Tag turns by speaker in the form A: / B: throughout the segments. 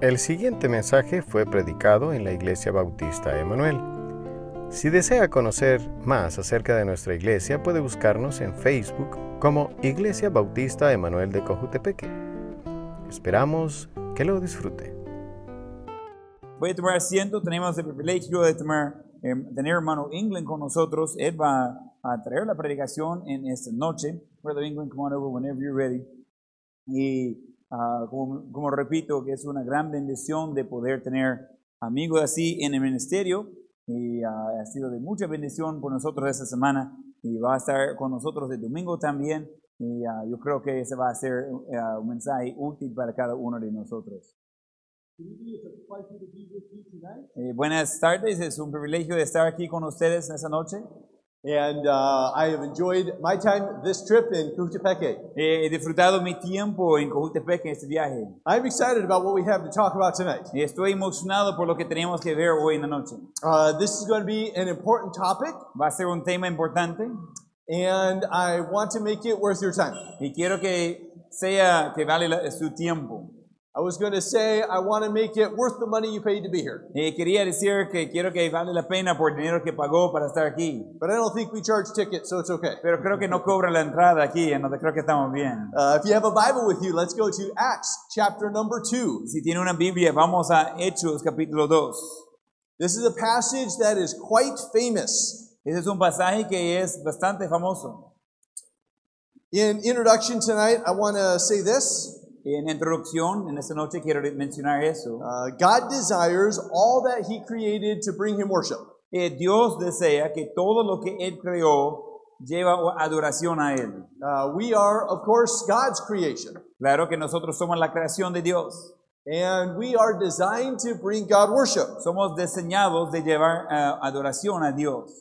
A: El siguiente mensaje fue predicado en la Iglesia Bautista Emanuel. Si desea conocer más acerca de nuestra iglesia, puede buscarnos en Facebook como Iglesia Bautista Emanuel de Cojutepeque. Esperamos que lo disfrute.
B: Voy a tomar asiento, tenemos el privilegio de tomar, eh, tener hermano England con nosotros. Él va a traer la predicación en esta noche. Brother England, come on over whenever you're ready. Y ah, como, como repito, que es una gran bendición de poder tener amigos así en el ministerio. Y ah, ha sido de mucha bendición por nosotros esta semana. Y va a estar con nosotros el domingo también. Y ah, yo creo que ese va a ser ah, un mensaje útil para cada uno de nosotros.
C: It's a pleasure to be with you tonight.
B: Eh, buenas tardes, es un privilegio de estar aquí con ustedes esta noche.
C: And uh, I have enjoyed my time this trip in Kuchipeke.
B: Eh, he disfrutado mi tiempo en Cojutepec en este viaje.
C: I'm excited about what we have to talk about tonight.
B: Y Estoy emocionado por lo que tenemos que ver hoy en la noche.
C: Uh, this is going to be an important topic,
B: Va a ser un tema importante
C: and I want to make it worth your time.
B: y quiero que sea que vale la- su tiempo.
C: I was going to say, I want to make it worth the money you paid to be here,
B: Eh, quería decir que quiero que vale la pena por el dinero que pagó para estar aquí,
C: but I don't think we charge tickets, so it's okay.
B: pero creo que no cobra la entrada aquí, entonces creo que estamos bien.
C: Uh, if you have a Bible with you, let's go to Acts chapter number 2.
B: Si tiene una Biblia, vamos a Hechos capítulo 2.
C: This is a passage that is quite famous.
B: Ese es un pasaje que es bastante famoso.
C: In introduction tonight, I want to say this.
B: En introducción, en esta noche quiero mencionar eso.
C: Uh, God desires all that He created to bring Him worship.
B: Eh, Dios desea que todo lo que Él creó lleva o- adoración a Él.
C: Uh, we are, of course, God's creation,
B: Claro que nosotros somos la creación de Dios.
C: and we are designed to bring God worship.
B: Somos diseñados de llevar ah, adoración a Dios.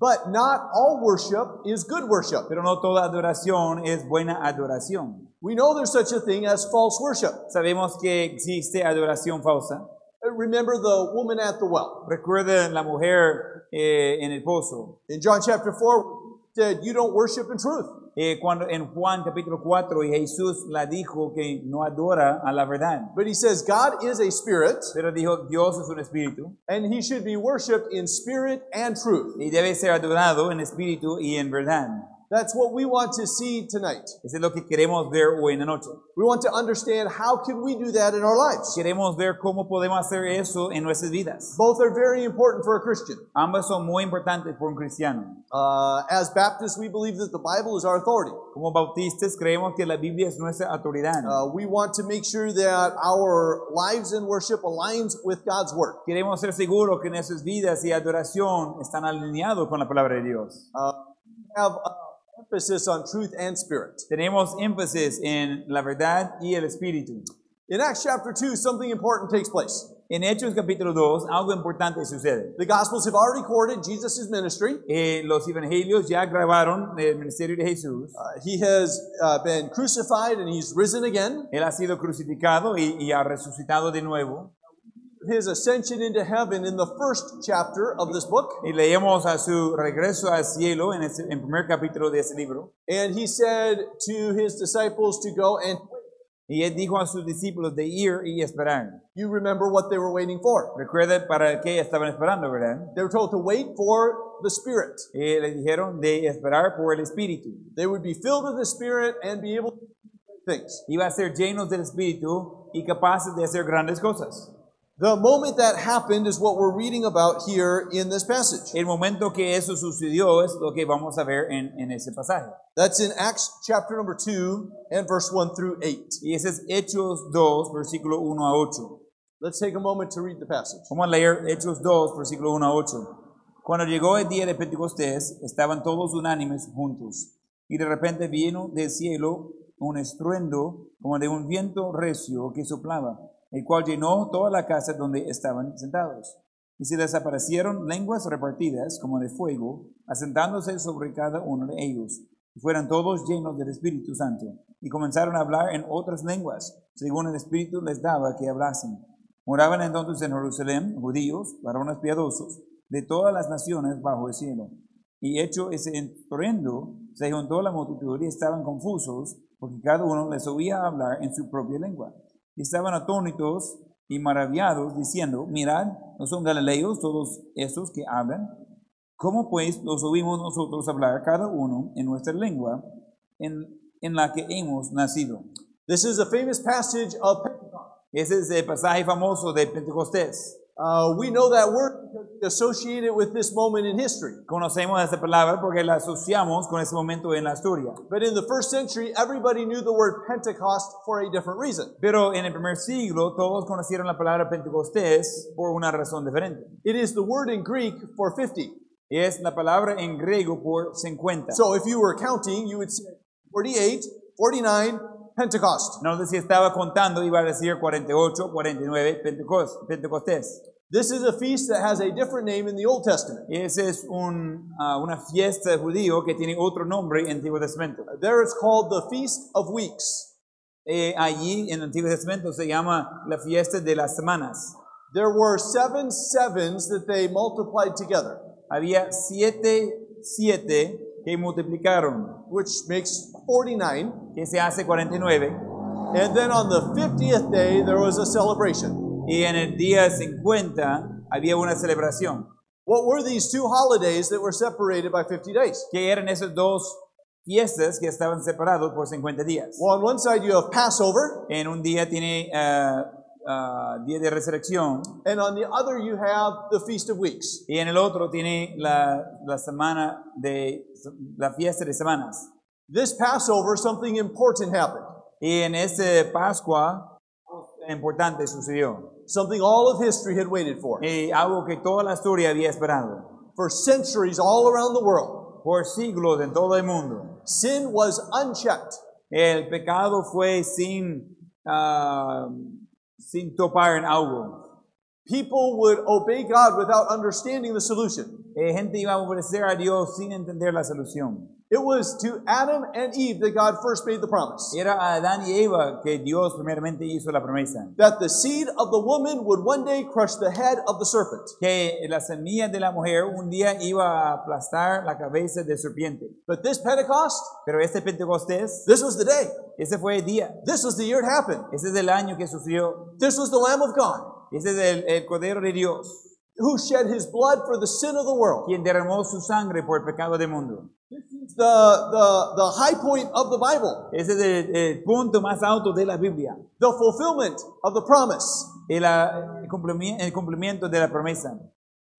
C: But not all worship is good worship.
B: Pero no toda adoración es buena adoración.
C: We know there's such a thing as false worship.
B: Sabemos que existe adoración falsa.
C: Uh, Remember the woman at the well.
B: Recuerda la mujer eh, en el pozo.
C: In John chapter 4, said, You don't worship in truth.
B: Eh, cuando en Juan capítulo 4 y Jesús la dijo que no adora a la verdad.
C: But He says, God is a spirit,
B: Pero dijo, Dios es un espíritu
C: and He should be worshiped in spirit and truth.
B: y debe ser adorado en espíritu y en verdad.
C: That's what we want to see tonight.
B: Eso es lo que queremos ver hoy en la noche.
C: We want to understand how can we do that in our lives.
B: Queremos ver cómo podemos hacer eso en nuestras vidas.
C: Both are very important for a Christian.
B: Ambas son muy importantes para un cristiano.
C: Uh, as Baptists, we believe that the Bible is our authority.
B: Como bautistas creemos que la Biblia es nuestra autoridad.
C: Uh, we want to make sure that our lives in worship aligns with God's Word.
B: Queremos ser seguros que nuestras vidas y adoración están alineados con la palabra de Dios.
C: We have uh, emphasis on truth and spirit.
B: Tenemos énfasis en la verdad y el espíritu.
C: In Acts chapter 2, something important takes place.
B: En Hechos capítulo 2, algo importante sucede.
C: The Gospels have already recorded Jesus' ministry.
B: Eh, los evangelios ya grabaron el ministerio de Jesús.
C: Uh, he has uh, been crucified and he's risen again.
B: Él ha sido crucificado y- y ha resucitado de nuevo.
C: His ascension into heaven in the first chapter of this book.
B: Y leemos a su regreso al cielo en el primer capítulo de ese libro.
C: And he said to his disciples to go and wait.
B: Y él dijo a sus discípulos de ir y esperar.
C: You remember what they were waiting for.
B: Recuerda para qué estaban esperando, ¿verdad?
C: They were told to wait for the Spirit.
B: Eh, le dijeron de esperar por el Espíritu.
C: They would be filled with the Spirit and be able to do things.
B: Iba a ser llenos del Espíritu y capaces de hacer grandes cosas.
C: The moment that happened is what we're reading about here in this passage.
B: El momento que eso sucedió es lo que vamos a ver en, en ese pasaje.
C: That's in Acts chapter number 2 and verse 1 through 8.
B: Y ese es Hechos 2, versículo 1 a 8.
C: Let's take a moment to read the passage.
B: Vamos a leer Hechos 2, versículo 1 a 8. Cuando llegó el día de Pentecostés, estaban todos unánimes juntos, y de repente vino del cielo un estruendo como de un viento recio que soplaba, el cual llenó toda la casa donde estaban sentados. Y se desaparecieron lenguas repartidas como de fuego, asentándose sobre cada uno de ellos. Y fueron todos llenos del Espíritu Santo, y comenzaron a hablar en otras lenguas, según el Espíritu les daba que hablasen. Moraban entonces en Jerusalén judíos, varones piadosos, de todas las naciones bajo el cielo. Y hecho ese estruendo, se juntó la multitud y estaban confusos, porque cada uno les oía hablar en su propia lengua. Y estaban atónitos y maravillados, diciendo, mirad, no son galileos todos estos que hablan. ¿Cómo pues los oímos nosotros hablar cada uno en nuestra lengua en, en la que hemos nacido?
C: This is a famous passage of Pentecost.
B: Ese es el pasaje famoso de Pentecostés.
C: Uh, we know that word because we associate it with this moment in history.
B: Conocemos esta palabra porque la asociamos con ese momento en la historia.
C: But in the first century, everybody knew the word Pentecost for a different reason.
B: Pero en el primer siglo todos conocieron la palabra Pentecostés por una razón diferente.
C: It is the word in Greek for 50.
B: Es la palabra en griego por 50.
C: So if you were counting, you would say 48, 49, Pentecost.
B: no sé si estaba contando, iba a decir 48, 49 Pentecos- Pentecostés.
C: This is a feast that has a different name in the Old Testament.
B: Esa es un, ah, una fiesta judío que tiene otro nombre en el Antiguo Testamento.
C: There it's called the Feast of Weeks.
B: Eh, allí en el Antiguo Testamento se llama la fiesta de las semanas.
C: There were seven sevens that they multiplied together,
B: Había siete, siete que multiplicaron,
C: which makes 49.
B: que se hace 49.
C: And then on the 50th day, there was a celebration.
B: Y en el día 50 había una celebración,
C: What were these two holidays that were separated by 50 days?
B: que eran esas dos fiestas que estaban separados por 50 días.
C: Well, on one side, you have Passover,
B: En un día tiene ah, ah, día de resurrección
C: and on the other, you have the Feast of Weeks.
B: y en el otro tiene la, la semana de la fiesta de semanas.
C: This Passover, something important happened,
B: Y en ese Pascua importante sucedió
C: something all of history had waited for.
B: y algo que toda la historia había esperado
C: For centuries, all around the world,
B: por siglos en todo el mundo.
C: sin was unchecked.
B: El pecado fue sin ah, sin topar en algo.
C: People would obey God without understanding the solution.
B: Eh, gente iba a obedecer a Dios sin entender la solución.
C: It was to Adam and Eve that God first made the promise
B: Era a Adán y Eva que Dios primeramente hizo la promesa.
C: that the seed of the woman would one day crush the head of the serpent.
B: que la semilla de la mujer un día iba a aplastar la cabeza del serpiente.
C: But this Pentecost,
B: Pero este Pentecostés,
C: this was the day.
B: ese fue el día,
C: This was the year it happened.
B: ese es el año que sucedió,
C: This was the Lamb of God
B: ese es el, el Cordero de Dios,
C: who shed his blood for the sin of the world.
B: quien derramó su sangre por el pecado del mundo.
C: The, the, the high point of the Bible,
B: Ese es el, el punto más alto de la Biblia,
C: the fulfillment of the promise.
B: el, ah, el cumplimi- el cumplimiento de la promesa.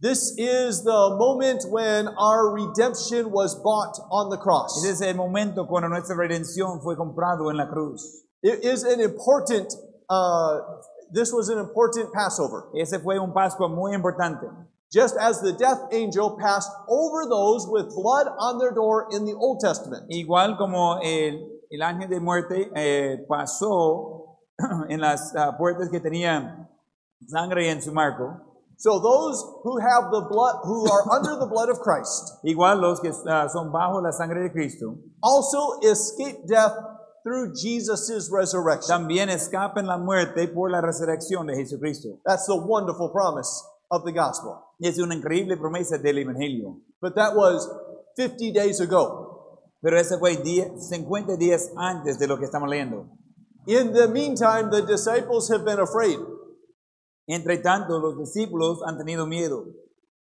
C: This is the moment when our redemption was bought on the cross.
B: Ese es el momento cuando nuestra redención fue comprado en la cruz.
C: It is an important, uh, this was an important Passover.
B: Ese fue un Pascua muy importante.
C: Just as the death angel passed over those with blood on their door in the Old Testament.
B: Igual como el, el ángel de muerte eh, pasó en las ah, puertas que tenían sangre en su marco,
C: So those who have the blood, who are under the blood of Christ,
B: igual los que ah, son bajo la sangre de Cristo,
C: also escape death through Jesus' resurrection.
B: también escapan la muerte por la resurrección de Jesucristo.
C: That's the wonderful promise of the gospel.
B: Es una increíble promesa del Evangelio.
C: But that was 50 days ago.
B: Pero ese fue die- 50 días antes de lo que estamos leyendo.
C: In the meantime, the disciples have been afraid.
B: Entre tanto, los discípulos han tenido miedo.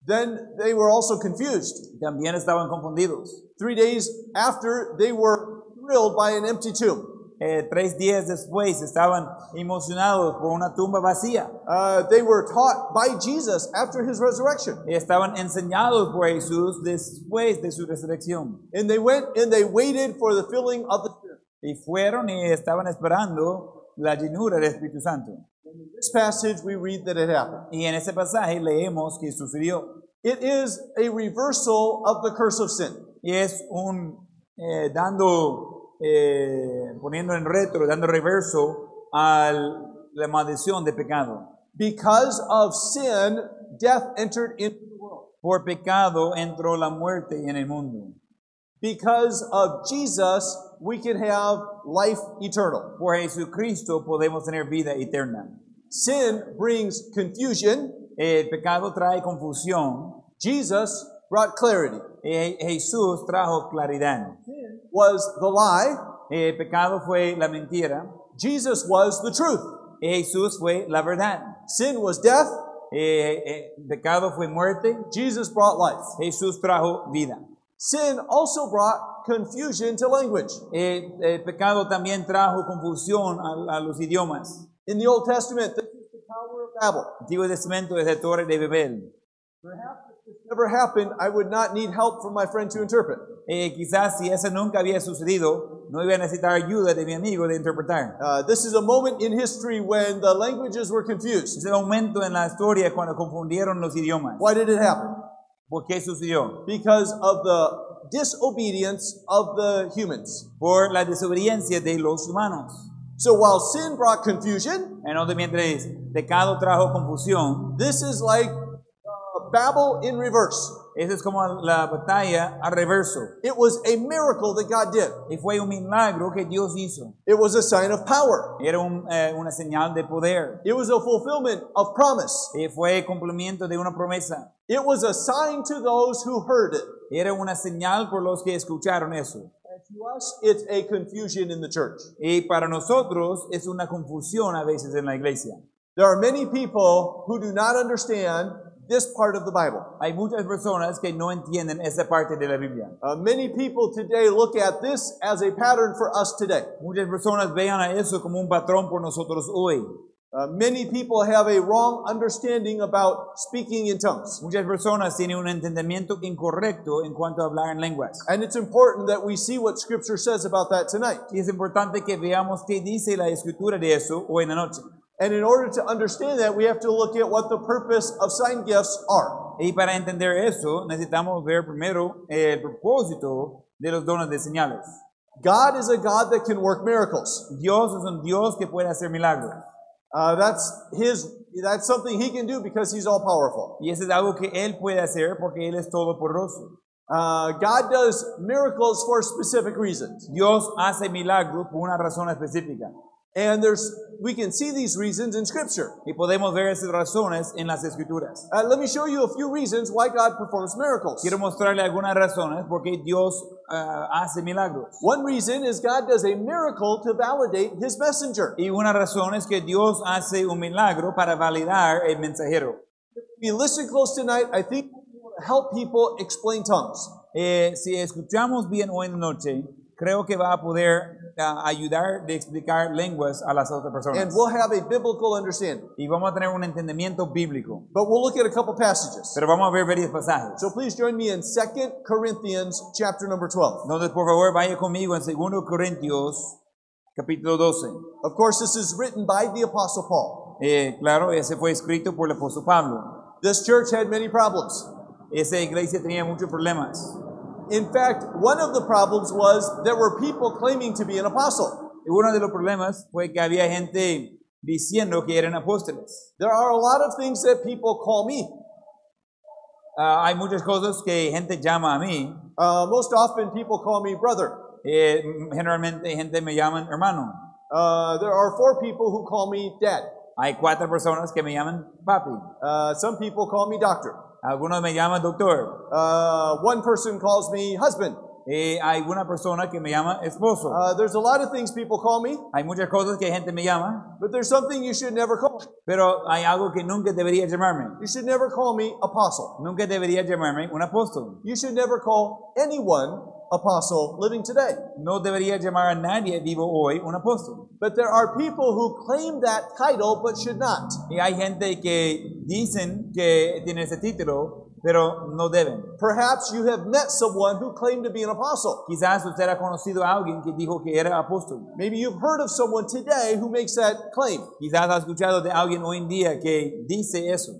C: Then they were also confused.
B: También estaban confundidos.
C: Three days after, they were thrilled by an empty tomb.
B: Eh, tres días después estaban emocionados por una tumba vacía.
C: Uh, they were taught by Jesus after his resurrection.
B: Estaban enseñados por Jesús después de su resurrección.
C: And they went and they waited for the filling of the Spirit.
B: Y fueron y estaban esperando la llenura del Espíritu Santo.
C: In this passage, we read that it happened.
B: Y en ese pasaje leemos que sucedió.
C: It is a reversal of the curse of sin.
B: Y es un eh, dando, eh, poniendo en retro, dando reverso a la maldición de pecado.
C: Because of sin, death entered into the world.
B: Por pecado entró la muerte en el mundo.
C: Because of Jesus, we can have life eternal.
B: Por Jesucristo podemos tener vida eterna.
C: Sin brings confusion.
B: El pecado trae confusión.
C: Jesus brought clarity.
B: Eh, Jesús trajo claridad.
C: Was the lie.
B: El pecado fue la mentira.
C: Jesus was the truth.
B: Jesús fue la verdad.
C: Sin was death,
B: Eh, eh, el pecado fue muerte,
C: Jesus brought life.
B: Jesús trajo vida.
C: Sin also brought confusion to language.
B: Eh, el pecado también trajo confusión a, a los idiomas.
C: In the Old Testament, this is the Tower of Babel.
B: Antiguo Testamento es la Torre de Babel.
C: never happened, I would not need help from my friend to interpret.
B: Eh, quizás si eso nunca había sucedido, no iba a necesitar ayuda de mi amigo de interpretar.
C: Uh, this is a moment in history when the languages were confused.
B: Es el momento en la historia cuando confundieron los idiomas.
C: Why did it happen?
B: ¿Por qué sucedió?
C: Because of the disobedience of the humans.
B: Por la desobediencia de los humanos.
C: So while sin brought confusion,
B: Entonces, mientras pecado trajo confusión,
C: this is like uh, Babel in reverse.
B: esa es como la batalla al reverso.
C: It was a miracle that God did.
B: Y fue un milagro que Dios hizo.
C: It was a sign of power.
B: Era un, eh, una señal de poder.
C: It was a fulfillment of promise.
B: Y fue cumplimiento de una promesa.
C: It was a sign to those who heard it.
B: Era una señal por los que escucharon eso.
C: And to us, it's a confusion in the church.
B: Y para nosotros es una confusión a veces en la iglesia.
C: There are many people who do not understand this part of the Bible.
B: Hay muchas personas que no entienden esa parte de la Biblia.
C: Uh, many people today look at this as a pattern for us today.
B: Muchas personas vean a eso como un patrón por nosotros hoy.
C: Uh, many people have a wrong understanding about speaking in tongues.
B: Muchas personas tienen un entendimiento incorrecto en cuanto a hablar en lenguas.
C: And it's important that we see what Scripture says about that tonight.
B: Y es importante que veamos qué dice la escritura de eso hoy en la noche.
C: And in order to understand that, we have to look at what the purpose of sign gifts are.
B: Y para entender eso necesitamos ver primero eh, el propósito de los dones de señales.
C: God is a God that can work miracles.
B: Dios es un Dios que puede hacer milagros.
C: Uh, that's his. That's something he can do because he's all powerful.
B: Y eso es algo que Él puede hacer porque Él es todopoderoso.
C: Uh, God does miracles for specific reasons.
B: Dios hace milagros por una razón específica.
C: And there's we can see these reasons in scripture.
B: Y podemos ver esas razones en las escrituras.
C: Uh, let me show you a few reasons why God performs miracles.
B: Quiero mostrarle algunas razones por qué Dios ah, hace milagros.
C: One reason is God does a miracle to validate his messenger.
B: Y una razón es que Dios hace un milagro para validar el mensajero.
C: If you listen close tonight, I think we want to help people explain tongues.
B: Eh, si escuchamos bien hoy en la noche, creo que va a poder ah, ayudar de explicar lenguas a las otras
C: And
B: personas.
C: we'll have a biblical understanding.
B: Y vamos a tener un entendimiento bíblico.
C: But we'll look at a couple passages.
B: Pero vamos a ver varios pasajes.
C: So please join me in 2 Corinthians chapter number 12.
B: Entonces, por favor, vaya conmigo en 2 Corintios, capítulo 12.
C: Of course, this is written by the apostle Paul.
B: Eh, claro, ese fue escrito por el apóstol Pablo.
C: This church had many problems.
B: Esa iglesia tenía muchos problemas.
C: In fact, one of the problems was there were people claiming to be an apostle.
B: Y uno de los problemas fue que había gente diciendo que eran apóstoles.
C: There are a lot of things that people call me.
B: Ah, hay muchas cosas que gente llama a mí.
C: Uh, most often, people call me brother.
B: Eh, generalmente gente me llaman hermano.
C: Uh, there are four people who call me dad.
B: Hay cuatro personas que me llaman papi.
C: Uh, some people call me doctor.
B: Algunos me llaman doctor.
C: Uh, one person calls me husband.
B: Eh, hay una persona que me llama esposo.
C: Uh, there's a lot of things people call me,
B: Hay muchas cosas que gente me llama,
C: but there's something you should never call me.
B: pero hay algo que nunca debería llamarme.
C: You should never call me apostle.
B: Nunca debería llamarme un apóstol.
C: You should never call anyone apostle living today.
B: No debería llamar a nadie vivo hoy un apóstol.
C: But there are people who claim that title but should not.
B: Y hay gente que dicen que tiene ese título, pero no deben.
C: Perhaps you have met someone who claimed to be an apostle.
B: Quizás usted ha conocido a alguien que dijo que era apóstol.
C: Maybe you've heard of someone today who makes that claim.
B: Quizás ha escuchado de alguien hoy en día que dice eso.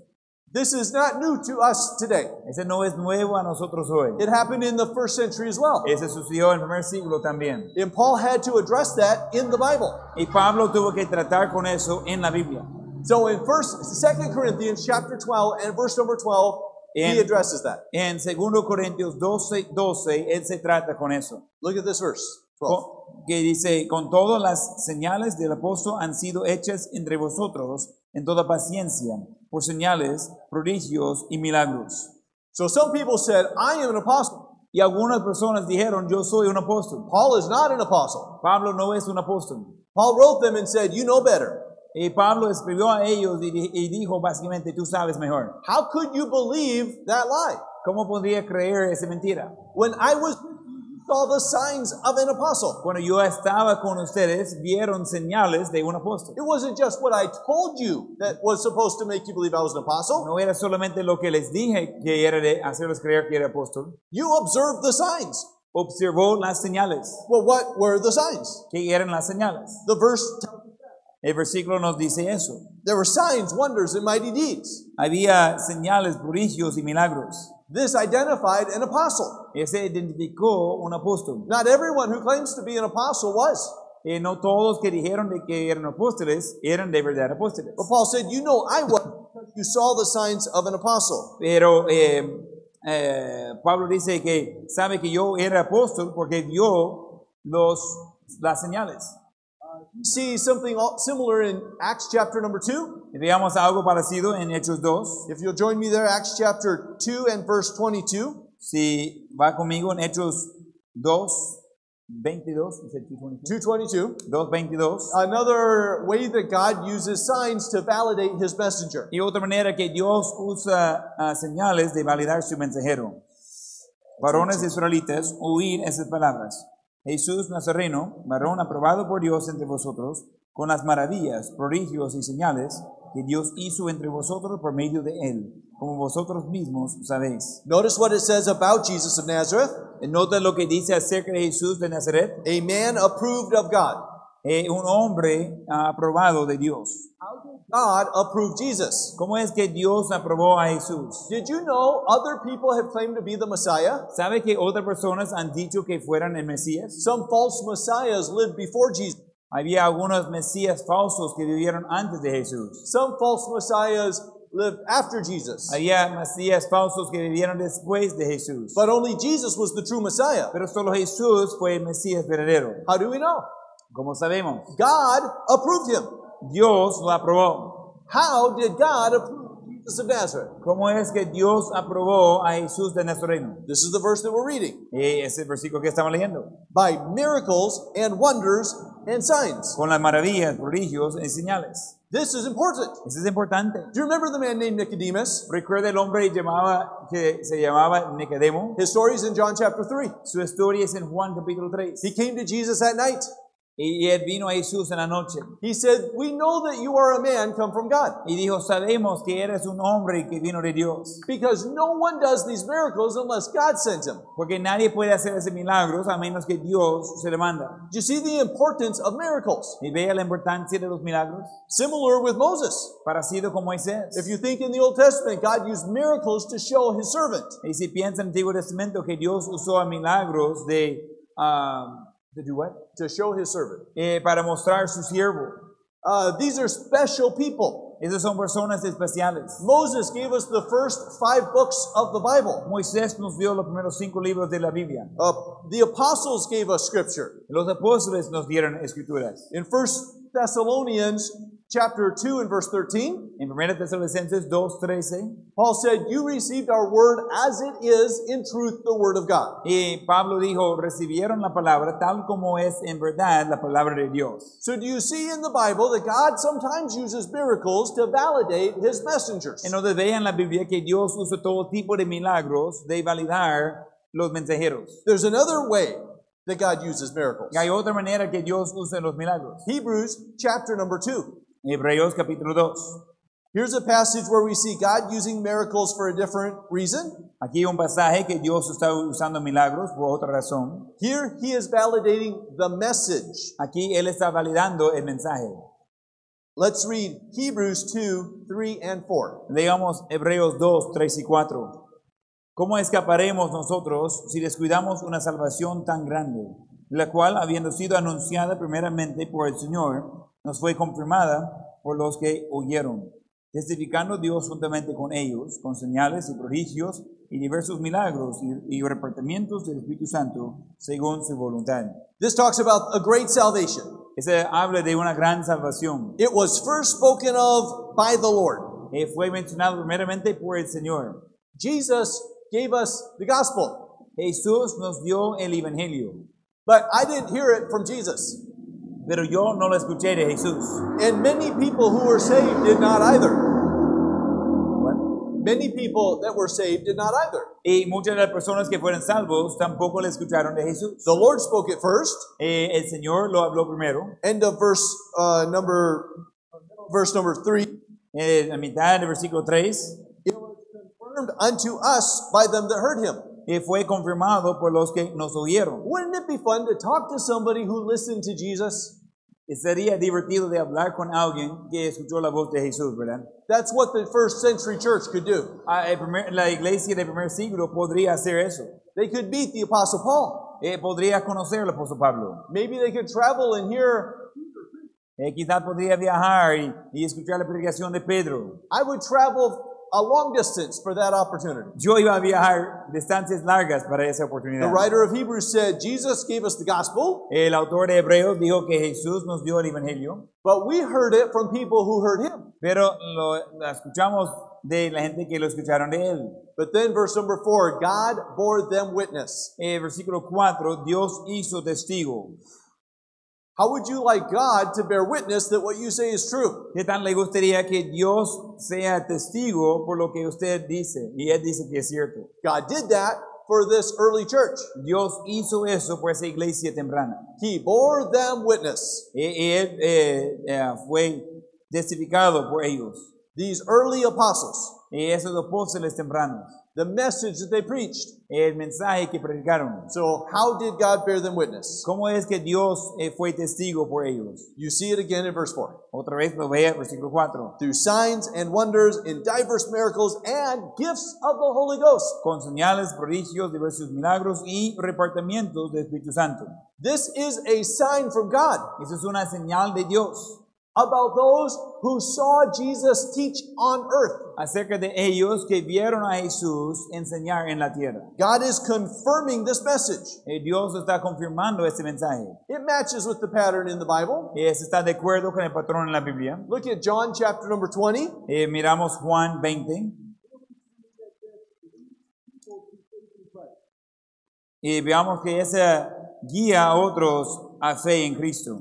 C: This is not new to us today.
B: Ese no es nuevo a nosotros hoy.
C: It happened in the first century as well.
B: Ese sucedió en el primer siglo también.
C: And Paul had to address that in the Bible.
B: Y Pablo tuvo que tratar con eso en la Biblia.
C: So in first second Corinthians chapter 12 and verse number 12,
B: And-
C: he addresses that.
B: En 2 Corintios 12, 12, él se trata con eso.
C: Look at this verse. 12.
B: Con- que dice, con todas las señales del apóstol han sido hechas entre vosotros en toda paciencia, por señales, prodigios y milagros.
C: So some people said, I am an apostle.
B: Y algunas personas dijeron, yo soy un apóstol.
C: Paul is not an apostle.
B: Pablo no es un apóstol.
C: Paul wrote them and said, You know better.
B: Y Pablo escribió a ellos y, di- y dijo básicamente, tú sabes mejor.
C: How could you believe that lie?
B: ¿Cómo podría creer esa mentira?
C: When I was with you, you saw the signs of an apostle.
B: Cuando yo estaba con ustedes, vieron señales de un apóstol.
C: It wasn't just what I told you that was supposed to make you believe I was an apostle.
B: No era solamente lo que les dije que era de hacerlos creer que era apóstol.
C: You observed the signs.
B: Observó las señales.
C: Well, what were the signs?
B: ¿Qué eran las señales?
C: The verse tells us
B: El versículo nos dice eso.
C: there were signs, wonders, and mighty deeds.
B: Había señales, prodigios y milagros.
C: This identified an apostle.
B: Ese identificó un apóstol.
C: Not everyone who claims to be an apostle was.
B: Y no todos que dijeron de que eran apóstoles eran de verdad apóstoles.
C: But Paul said, You know I was because you saw the signs of an apostle.
B: Pero eh, eh, Pablo dice que sabe que yo era apóstol porque vio los, las señales.
C: See something al- similar in Acts chapter number 2.
B: Y Veamos algo parecido en Hechos 2.
C: If you'll join me there, Acts chapter 2 and verse 22.
B: Si va conmigo en Hechos 2, 22, is it 2:22?
C: 222.
B: 2, 22.
C: Another way that God uses signs to validate his messenger.
B: Y otra manera que Dios usa ah, señales de validar su mensajero. Varones israelitas, oíd esas palabras. Jesús Nazareno, varón aprobado por Dios entre vosotros, con las maravillas, prodigios y señales que Dios hizo entre vosotros por medio de él, como vosotros mismos sabéis.
C: Notice what it says about Jesus of Nazareth,
B: Nota lo que dice acerca de Jesús de Nazaret,
C: a man approved of God.
B: eh, un hombre ah, aprobado de Dios.
C: God approved Jesus.
B: ¿Cómo es que Dios aprobó a Jesús?
C: Did you know other people have claimed to be the Messiah?
B: ¿Sabe que otras personas han dicho que fueran el Mesías?
C: Some false messiahs lived before Jesus.
B: Había algunos mesías falsos que vivieron antes de Jesús.
C: Some false messiahs lived after Jesus.
B: Había mesías falsos que vivieron después de Jesús.
C: But only Jesus was the true messiah.
B: Pero solo Jesús fue el mesías verdadero.
C: How do we know?
B: Como sabemos,
C: God approved him.
B: Dios lo aprobó.
C: How did God approve Jesus of Nazareth?
B: ¿Cómo es que Dios aprobó a Jesús de Nazareno?
C: This is the verse that we're reading.
B: Eh, Es el versículo que estamos leyendo.
C: By miracles and wonders and signs.
B: Con las maravillas, prodigios y señales.
C: This is important.
B: Eso es importante.
C: Do you remember the man named Nicodemus?
B: Recuerda el hombre llamaba, que se llamaba Nicodemo.
C: His story is in John chapter 3.
B: Su historia es en Juan capítulo 3.
C: He came to Jesus at night.
B: Y él vino a Jesús en la noche.
C: He said, We know that you are a man come from God
B: Y dijo, sabemos que eres un hombre que vino de Dios,
C: because no one does these miracles unless God sent him.
B: porque nadie puede hacer esos milagros a menos que Dios se le manda.
C: Do you see the importance of miracles?
B: Y vea la importancia de los milagros,
C: Similar with Moses.
B: parecido con Moisés.
C: If you think in the Old Testament, God used miracles to show his servant.
B: Y si piensa en el Antiguo Testamento que Dios usó a milagros de, ah, to do what?
C: To show his servant.
B: Eh, para mostrar su siervo.
C: Uh, these are special people.
B: Esas son personas especiales.
C: Moses gave us the first five books of the Bible.
B: Moisés nos dio los primeros cinco libros de la Biblia.
C: Uh, the apostles gave us scripture.
B: Los apóstoles nos dieron escrituras.
C: In First Thessalonians chapter 2 and verse 13,
B: En 1 Tesalonicenses 2.13
C: Paul said, You received our word as it is in truth the word of God.
B: Y Pablo dijo, recibieron la palabra tal como es en verdad la palabra de Dios.
C: So do you see in the Bible that God sometimes uses miracles to validate his messengers?
B: Entonces vean en la Biblia que Dios usa todo tipo de milagros de validar los mensajeros.
C: There's another way that God uses miracles.
B: Y hay otra manera que Dios usa los milagros.
C: Hebrews chapter number 2.
B: Hebreos capítulo 2.
C: Here's a passage where we see God using miracles for a different reason.
B: Aquí un pasaje que Dios está usando milagros por otra razón.
C: Here he is validating the message.
B: Aquí Él está validando el mensaje.
C: Let's read Hebrews 2, 3, and 4.
B: Leamos Hebreos 2, 3 y 4. ¿Cómo escaparemos nosotros si descuidamos una salvación tan grande, la cual, habiendo sido anunciada primeramente por el Señor, nos fue confirmada por los que oyeron, testificando Dios juntamente con ellos, con señales y prodigios y diversos milagros y, y repartimientos del Espíritu Santo según su voluntad?
C: This talks about a great salvation.
B: Ese habla de una gran salvación.
C: It was first spoken of by the Lord.
B: Eh, fue mencionado primeramente por el Señor.
C: Jesus gave us the gospel,
B: Jesús nos dio el Evangelio,
C: but I didn't hear it from Jesus.
B: pero yo no lo escuché de Jesús.
C: And many people who were saved did not either.
B: Bueno,
C: Many people that were saved did not either.
B: Y muchas de las personas que fueron salvos tampoco le escucharon de Jesús.
C: The Lord spoke it first,
B: Eh, el Señor lo habló primero,
C: end of verse uh, number verse number three.
B: en la mitad del versículo 3,
C: It was confirmed unto us by them that heard him.
B: y fue confirmado por los que nos oyeron.
C: Wouldn't it be fun to talk to somebody who listened to Jesus?
B: Sería divertido de hablar con alguien que escuchó la voz de Jesús, ¿verdad?
C: That's what the first century church could do.
B: Ah, el primer- la iglesia del primer siglo podría hacer eso.
C: They could meet the Apostle Paul.
B: Eh, podría conocer al apóstol Pablo.
C: Maybe they could travel and hear.
B: Eh, quizás podría viajar y, y escuchar la predicación de Pedro.
C: I would travel a long distance for that opportunity.
B: Yo iba a viajar distancias largas para esa
C: The
B: oportunidad.
C: writer of Hebrews said, Jesus gave us the gospel,
B: El autor de Hebreos dijo que Jesús nos dio el Evangelio,
C: but we heard it from people who heard him.
B: pero lo, lo escuchamos de la gente que lo escucharon de él.
C: But then, verse number four God bore them witness.
B: Eh, versículo 4, Dios hizo testigo.
C: How would you like God to bear witness that what you say is true?
B: ¿Qué tal le gustaría que Dios sea testigo por lo que usted dice? Y él dice que es cierto.
C: God did that for this early church.
B: Dios hizo eso por esa iglesia temprana.
C: He bore them witness.
B: Y, y él eh, eh, fue testificado por ellos.
C: These early apostles,
B: Y esos apóstoles tempranos.
C: the message that they preached.
B: El mensaje que predicaron.
C: So, how did God bear them witness?
B: ¿Cómo es que Dios eh, fue testigo por ellos?
C: You see it again in verse 4.
B: Otra vez lo vea, versículo 4.
C: Through signs and wonders, in diverse miracles, and gifts of the Holy Ghost.
B: Con señales, prodigios, diversos milagros y repartimientos del Espíritu Santo.
C: This is a sign from God
B: Esa es una señal de Dios
C: about those who saw Jesus teach on earth.
B: acerca de ellos que vieron a Jesús enseñar en la tierra.
C: God is confirming this message.
B: Eh, Dios está confirmando este mensaje.
C: It matches with the pattern in the Bible.
B: Eh, se está de acuerdo con el patrón en la Biblia.
C: Look at John chapter number 20.
B: Eh, miramos Juan 20. Y veamos que esa guía a otros a fe en Cristo.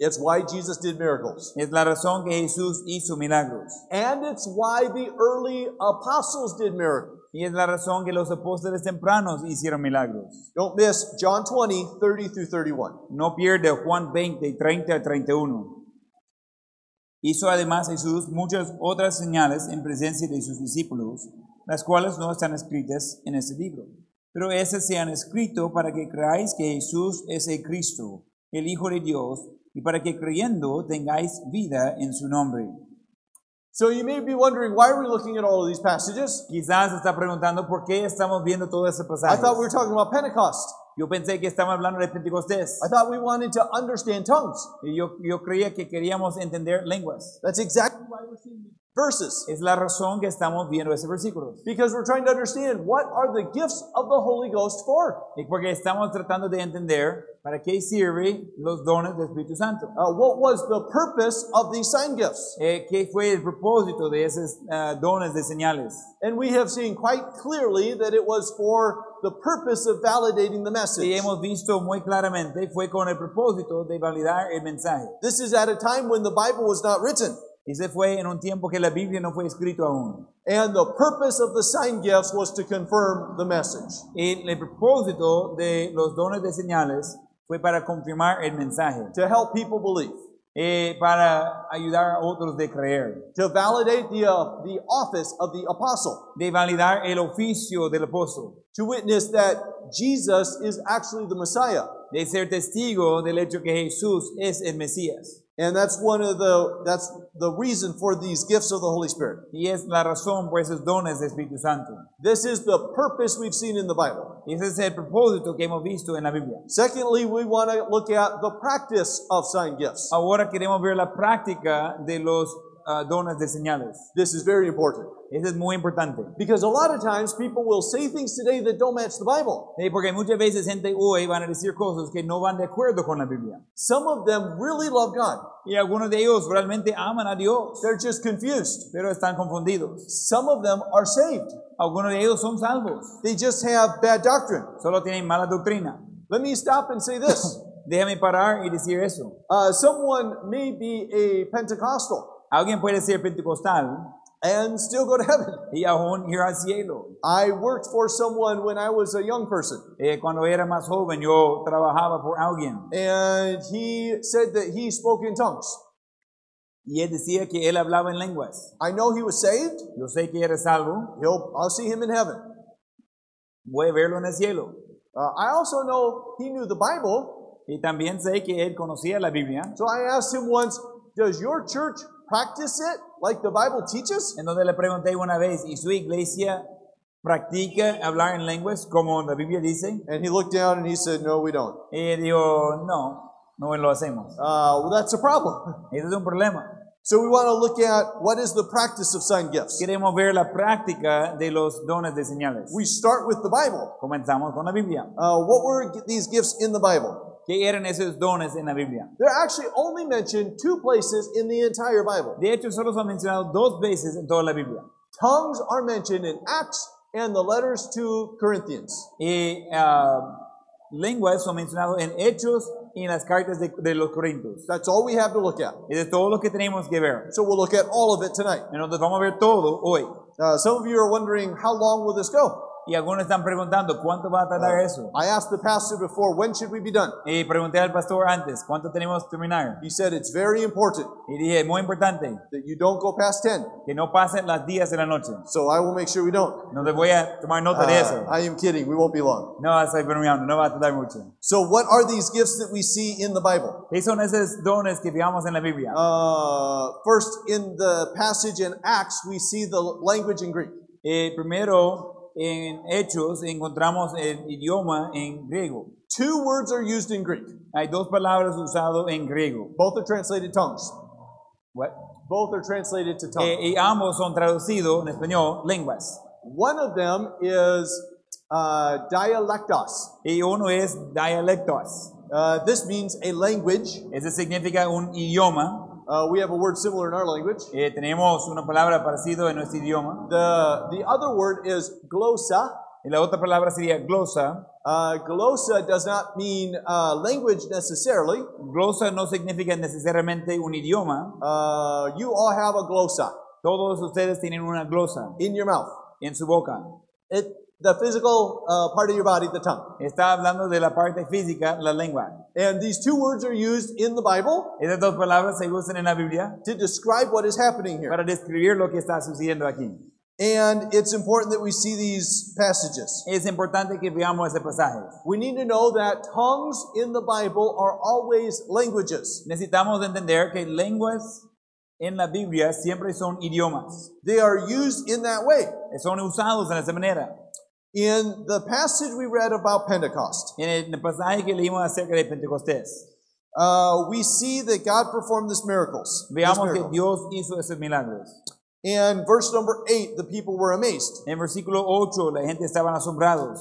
C: It's why Jesus did miracles.
B: Es la razón que Jesús hizo milagros.
C: And it's why the early apostles did miracles.
B: Y es la razón que los apóstoles tempranos hicieron milagros.
C: Don't miss John 20, 30 through 31.
B: No pierde Juan 20, 30 a 31. Hizo además Jesús muchas otras señales en presencia de sus discípulos, las cuales no están escritas en este libro. Pero esas se han escrito para que creáis que Jesús es el Cristo, el Hijo de Dios, y para que creyendo tengáis vida en su nombre.
C: So you may be wondering, why are we looking at all of these passages?
B: Quizás está preguntando por qué estamos viendo todo ese
C: I
B: pasaje.
C: thought we were talking about Pentecost.
B: Yo pensé que estaban hablando de Pentecostés.
C: I thought we wanted to understand tongues.
B: Y yo, yo creía que queríamos entender lenguas.
C: That's exactly why we're seeing these verses.
B: Es la razón que estamos viendo ese versículo.
C: Because we're trying to understand what are the gifts of the Holy Ghost for?
B: Y porque estamos tratando de entender para qué sirven los dones del Espíritu Santo.
C: Uh, what was the purpose of these sign gifts?
B: Eh, ¿Qué fue el propósito de esos ah, dones de señales?
C: And we have seen quite clearly that it was for the purpose of validating the
B: Y
C: message.
B: hemos visto muy claramente, fue con el propósito de validar el mensaje.
C: This is at a time when the Bible was not written.
B: Y se fue en un tiempo que la Biblia no fue escrita aún.
C: And the purpose of the sign gifts was to confirm the message.
B: Y el propósito de los dones de señales fue para confirmar el mensaje,
C: to help people believe,
B: eh, para ayudar a otros de creer.
C: to validate the, uh, the office of the apostle,
B: de validar el oficio del apóstol,
C: to witness that Jesus is actually the Messiah.
B: de ser testigo del hecho que Jesús es el Mesías.
C: And that's one of the that's the reason for these gifts of the Holy Spirit.
B: Y es la razón por esos dones del Espíritu Santo.
C: This is the purpose we've seen in the Bible.
B: Ese es el propósito que hemos visto en la Biblia.
C: Secondly, we want to look at the practice of sign gifts.
B: Ahora queremos ver la práctica de los ah, dones de señales.
C: This is very important
B: Eso es muy importante.
C: because a lot of times people will say things today that don't match the Bible.
B: Eh, porque muchas veces gente hoy van a decir cosas que no van de acuerdo con la Biblia.
C: Some of them really love God.
B: Y algunos de ellos realmente aman a Dios,
C: They're just confused.
B: pero están confundidos.
C: Some of them are saved.
B: Algunos de ellos son salvos,
C: They just have bad doctrine.
B: solo tienen mala doctrina.
C: Let me stop and say this.
B: Déjame parar y decir eso.
C: Uh, someone may be a Pentecostal
B: Alguien puede ser pentecostal
C: and still go to heaven.
B: y aún ir al cielo.
C: I worked for someone when I was a young person,
B: Eh, cuando era más joven yo trabajaba por alguien
C: and he said that he spoke in tongues.
B: y él decía que él hablaba en lenguas.
C: I know he was saved.
B: Yo sé que era salvo,
C: He'll, I'll see him in heaven.
B: voy a verlo en el cielo.
C: Uh, I also know he knew the Bible,
B: Y también sé que él conocía la Biblia.
C: so I asked him once, Does your church practice it like the Bible teaches?
B: Entonces le pregunté una vez, ¿y su iglesia practica hablar en lenguas como la Biblia dice?
C: And he looked down and he said, No, we don't.
B: Y él dijo, no, no lo hacemos.
C: Uh, well, that's a problem.
B: Ese es un problema.
C: So we want to look at what is the practice of sign gifts.
B: Queremos ver la práctica de los dones de señales.
C: We start with the Bible.
B: Comenzamos con la Biblia.
C: Uh, what were g- these gifts in the Bible?
B: ¿Qué eran esos dones en la Biblia?
C: They're actually only mentioned two places in the entire Bible.
B: De hecho, solo son mencionados dos veces en toda la Biblia.
C: Tongues are mentioned in Acts and the letters to Corinthians.
B: Y ah, lenguas son mencionadas en Hechos y en las cartas de, de los Corintios.
C: That's all we have to look at.
B: Y de todo lo que tenemos que ver.
C: So we'll look at all of it tonight.
B: Entonces vamos a ver todo hoy.
C: Uh, some of you are wondering how long will this go?
B: Y algunos están preguntando, ¿cuánto va a tardar eso?
C: I asked the pastor before, when should we be done?
B: Y pregunté al pastor antes, ¿cuánto tenemos que terminar?
C: He said it's very important
B: Y dije, muy importante,
C: that you don't go past 10.
B: que no pasen las días de la noche.
C: So I will make sure we don't.
B: No te voy a tomar nota de
C: Uh,
B: eso.
C: I am kidding. We won't be long.
B: No, estoy bromeando, no va a tardar mucho.
C: So what are these gifts that we see in the Bible?
B: ¿Qué son esos dones que veamos en la Biblia?
C: Uh, first, in the passage in Acts, we see the language in Greek.
B: Eh, primero, en Hechos encontramos el idioma en griego.
C: Two words are used in Greek.
B: Hay dos palabras usadas en griego.
C: Both are translated tongues.
B: What?
C: Both are translated to
B: Eh,
C: tongues.
B: y ambos son traducidos en español, lenguas.
C: One of them is uh, dialectos.
B: Y uno es dialectos.
C: Uh, this means a language.
B: Ese significa un idioma.
C: Uh, we have a word similar in our language.
B: Eh, tenemos una palabra parecida en nuestro idioma.
C: The, the other word is glossa.
B: Y la otra palabra sería glosa.
C: Uh, glossa does not mean uh, language necessarily.
B: Glosa no significa necesariamente un idioma.
C: Uh, you all have a glossa
B: Todos ustedes tienen una glosa
C: in your mouth.
B: en su boca.
C: It, the physical uh, part of your body, the tongue.
B: Está hablando de la parte física, la lengua.
C: And these two words are used in the Bible
B: Esas dos palabras se usan en la Biblia
C: to describe what is happening here.
B: para describir lo que está sucediendo aquí.
C: And it's important that we see these passages.
B: Es importante que veamos ese pasaje.
C: We need to know that tongues in the Bible are always languages.
B: Necesitamos entender que lenguas en la Biblia siempre son idiomas.
C: They are used in that way.
B: Son usados de esa manera.
C: In the passage we read about Pentecost,
B: En el pasaje que leímos acerca de Pentecostés,
C: uh, we see that God performed this miracles. this
B: veamos que
C: miracle.
B: Dios hizo esos milagros.
C: And verse number eight, the people were amazed.
B: En versículo 8, la gente estaba asombrados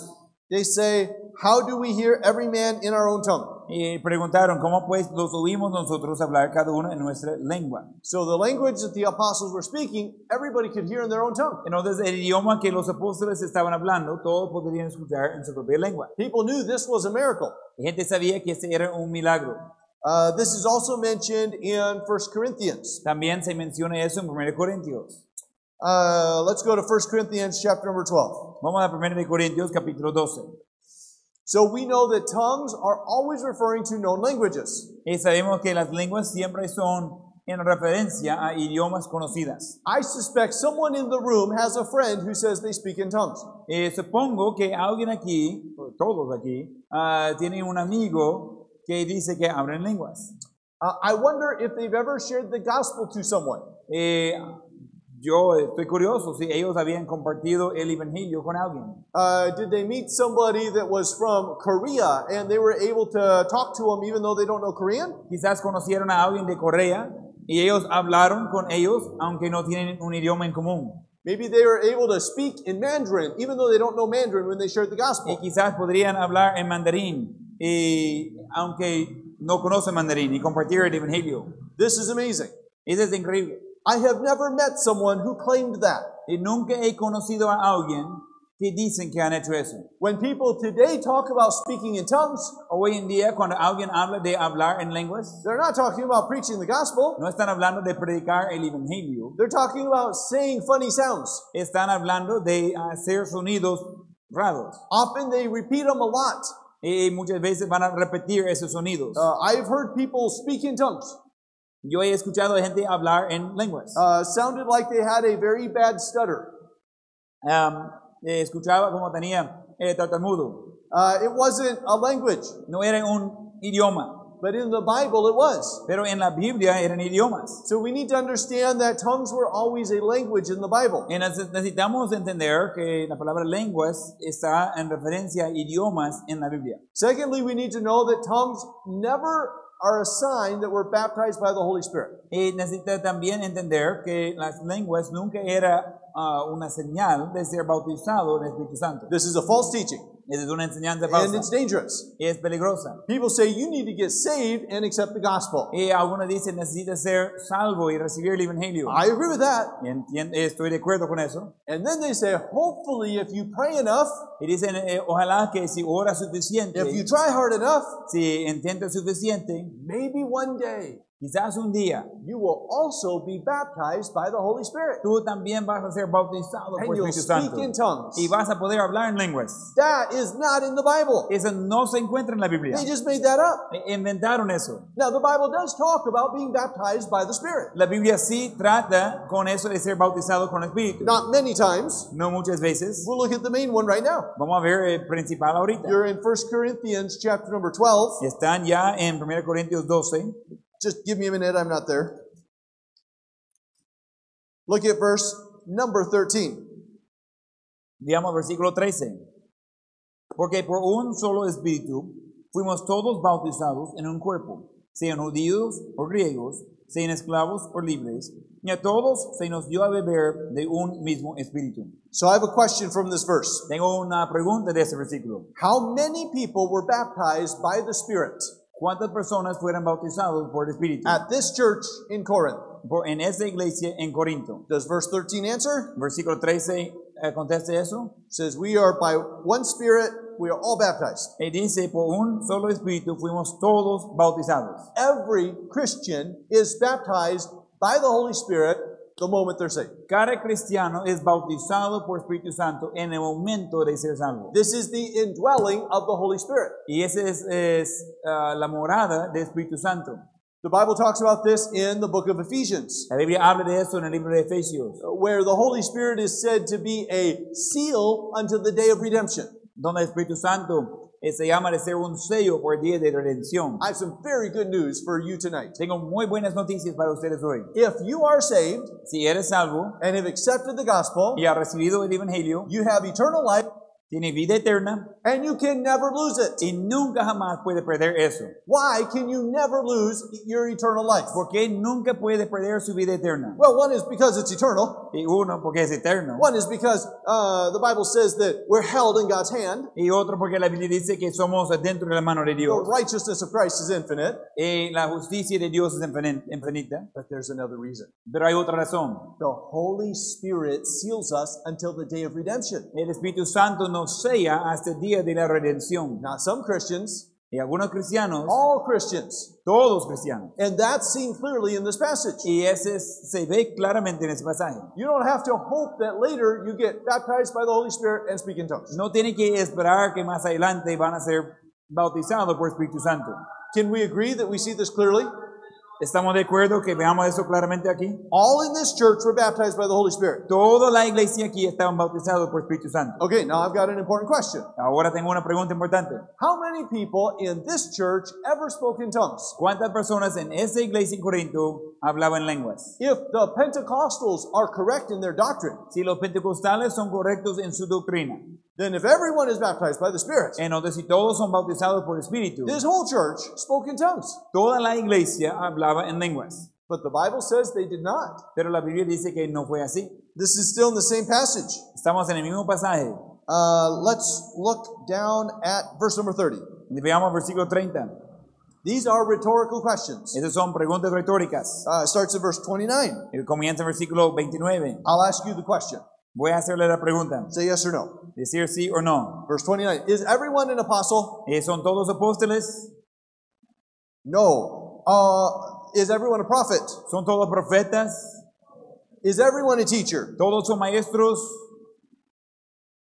C: They say, "How do we hear every man in our own tongue?"
B: y preguntaron, ¿cómo pues los oímos nosotros hablar cada uno en nuestra lengua?
C: So the language that the apostles were speaking, everybody could hear in their own tongue.
B: Entonces el idioma que los apóstoles estaban hablando, todos podrían escuchar en su propia lengua.
C: People knew this was a miracle.
B: La gente sabía que este era un milagro.
C: Uh, this is also mentioned in 1 Corinthians.
B: También se menciona eso en 1 Corintios.
C: Uh, let's go to 1 Corinthians chapter number 12.
B: Vamos a 1 Corintios capítulo 12.
C: So we know that tongues are always referring to known languages.
B: Y sabemos que las lenguas siempre son en referencia a idiomas conocidas.
C: I suspect someone in the room has a friend who says they speak in tongues.
B: Eh, supongo que alguien aquí, o todos aquí, ah, tienen un amigo que dice que hablan lenguas.
C: Uh, I wonder if they've ever shared the gospel to someone.
B: Eh, yo estoy curioso si ellos habían compartido el evangelio con alguien.
C: Uh, did they meet somebody that was from Korea and they were able to talk to them even though they don't know Korean?
B: Quizás conocieron a alguien de Corea y ellos hablaron con ellos aunque no tienen un idioma en común.
C: Maybe they were able to speak in Mandarin even though they don't know Mandarin when they shared the
B: Y
C: gospel.
B: quizás podrían hablar en mandarín y aunque no conocen mandarín y compartir el evangelio.
C: This is amazing.
B: Eso es increíble.
C: I have never met someone who claimed that.
B: Y nunca he conocido a alguien que dicen que han hecho eso. Pues,
C: When people today talk about speaking in tongues,
B: Hoy en día, cuando alguien habla de hablar en lenguas,
C: they're not talking about preaching the gospel.
B: no están hablando de predicar el evangelio,
C: They're talking about saying funny sounds.
B: están hablando de hacer sonidos raros.
C: Often they repeat them a lot.
B: Y muchas veces van a repetir esos sonidos.
C: Uh, I've heard people speak in tongues.
B: Yo he escuchado a gente hablar en lenguas.
C: Uh, sounded like they had a very bad stutter.
B: Am, eh, escuchaba como tenía eh, tartamudo.
C: Uh, it wasn't a language,
B: No era un idioma,
C: but in the Bible it was.
B: pero en la Biblia eran idiomas.
C: So we need to understand that tongues were always a language in the Bible.
B: Y nece- necesitamos entender que la palabra lenguas está en referencia a idiomas en la Biblia.
C: Secondly, we need to know that tongues never are a sign that we're baptized by the Holy Spirit.
B: Y necesita también entender que las lenguas nunca era ah, una señal de ser bautizado en el Espíritu Santo.
C: This is a false teaching,
B: Esa es una enseñanza
C: and
B: falsa
C: it's dangerous.
B: y es peligrosa.
C: People say you need to get saved and accept the gospel.
B: Y algunos dicen necesita ser salvo y recibir el Evangelio.
C: I agree with that.
B: Y entien- estoy de acuerdo con eso.
C: And then they say, hopefully, if you pray enough,
B: Y dicen, eh, ojalá que si ora suficiente,
C: if you try hard enough,
B: si intenta suficiente,
C: maybe one day
B: quizás un día
C: you will also be baptized by the Holy Spirit.
B: tú también vas a ser bautizado
C: And
B: por el
C: you'll
B: Espíritu Santo
C: speak in tongues.
B: y vas a poder hablar en lenguas.
C: That is not in the Bible.
B: Eso no se encuentra en la Biblia.
C: They just made that up.
B: E- Inventaron eso.
C: Now, the Bible does talk about being baptized by the Spirit.
B: La Biblia sí trata con eso de ser bautizado con el Espíritu.
C: Not many times.
B: No muchas veces.
C: We'll look at the main one right now.
B: Vamos a ver el principal ahorita.
C: You're in 1 Corinthians chapter number 12.
B: Están ya en 1 Corintios 12.
C: Just give me a minute, I'm not there. Look at verse number 13.
B: Digamos versículo 13. Porque por un solo espíritu fuimos todos bautizados en un cuerpo, sean judíos o griegos, sean esclavos o libres, y a todos se nos dio a beber de un mismo espíritu.
C: So I have a question from this verse.
B: Tengo una pregunta de ese versículo.
C: How many people were baptized by the Spirit
B: ¿Cuántas personas fueron bautizados por el espíritu
C: at this church in Corinth?
B: por, en esa iglesia en Corinto?
C: Does verse 13 answer?
B: Versículo 13 eh, contesta eso.
C: It says, We are by one Spirit, we are all baptized.
B: Y Eh, dice, por un solo espíritu fuimos todos bautizados.
C: Every Christian is baptized by the Holy Spirit the moment they're saved.
B: Cada cristiano es bautizado por Espíritu Santo en el momento de ser salvo.
C: This is the indwelling of the Holy Spirit.
B: Y esa es, es, ah, la morada del Espíritu Santo.
C: The Bible talks about this in the book of Ephesians,
B: La Biblia habla de eso en el libro de Efesios,
C: where the Holy Spirit is said to be a seal unto the day of redemption.
B: donde el Espíritu Santo eh, se llama de ser un sello por el día de redención.
C: I have some very good news for you tonight.
B: Tengo muy buenas noticias para ustedes hoy.
C: If you are saved
B: Si eres salvo
C: and have accepted the gospel,
B: y has recibido el Evangelio,
C: You have eternal life
B: tienes vida eterna
C: and you can never lose it.
B: y nunca jamás puedes perder eso.
C: Why can you never lose your eternal life?
B: ¿Por qué nunca puedes perder su vida eterna?
C: Well, one is because it's eternal.
B: Y uno, porque es eterno.
C: One is because uh, the Bible says that we're held in God's hand.
B: Y otro porque la Biblia dice que somos dentro de la mano de
C: The
B: Dios.
C: righteousness of Christ is infinite.
B: Eh, la justicia de Dios es infin- infinita.
C: But there's another reason.
B: Pero hay otra razón.
C: The Holy Spirit seals us until the day of redemption.
B: El Espíritu Santo nos sella hasta el día de la redención.
C: Not some Christians,
B: Y algunos cristianos,
C: all Christians.
B: todos cristianos.
C: And that's seen clearly in this passage.
B: Y ese es- se ve claramente en ese pasaje.
C: You don't have to hope that later you get baptized by the Holy Spirit and speak in tongues.
B: No tiene que esperar que más adelante van a ser bautizados por Espíritu Santo.
C: Can we agree that we see this clearly?
B: ¿Estamos de acuerdo que veamos eso claramente aquí?
C: All in this church were baptized by the Holy Spirit.
B: Toda la iglesia aquí estaban bautizados por Espíritu Santo.
C: Okay, now I've got an important question.
B: Ahora tengo una pregunta importante.
C: How many people in this church ever spoke in tongues?
B: ¿Cuántas personas en esa iglesia en Corinto hablaban lenguas?
C: If the Pentecostals are correct in their doctrine,
B: Si los pentecostales son correctos en su doctrina,
C: then if everyone is baptized by the Spirit,
B: en donde si todos son bautizados por Espíritu,
C: this whole church spoke in tongues.
B: toda la iglesia hablaba en lenguas.
C: But the Bible says they did not.
B: Pero la Biblia dice que no fue así.
C: This is still in the same passage.
B: Estamos en el mismo pasaje.
C: Uh, let's look down at verse number 30.
B: Veamos versículo 30.
C: These are rhetorical questions.
B: Esas son preguntas retóricas.
C: Uh, it starts at verse 29.
B: Comienza en versículo 29.
C: I'll ask you the question
B: Voy a hacerle la pregunta.
C: Say yes or no.
B: Decir sí o no.
C: Verse 29. Is everyone an apostle?
B: Eh, ¿Son todos apóstoles?
C: No. Uh, is everyone a prophet?
B: ¿Son todos profetas?
C: Is everyone a teacher?
B: ¿Todos son maestros?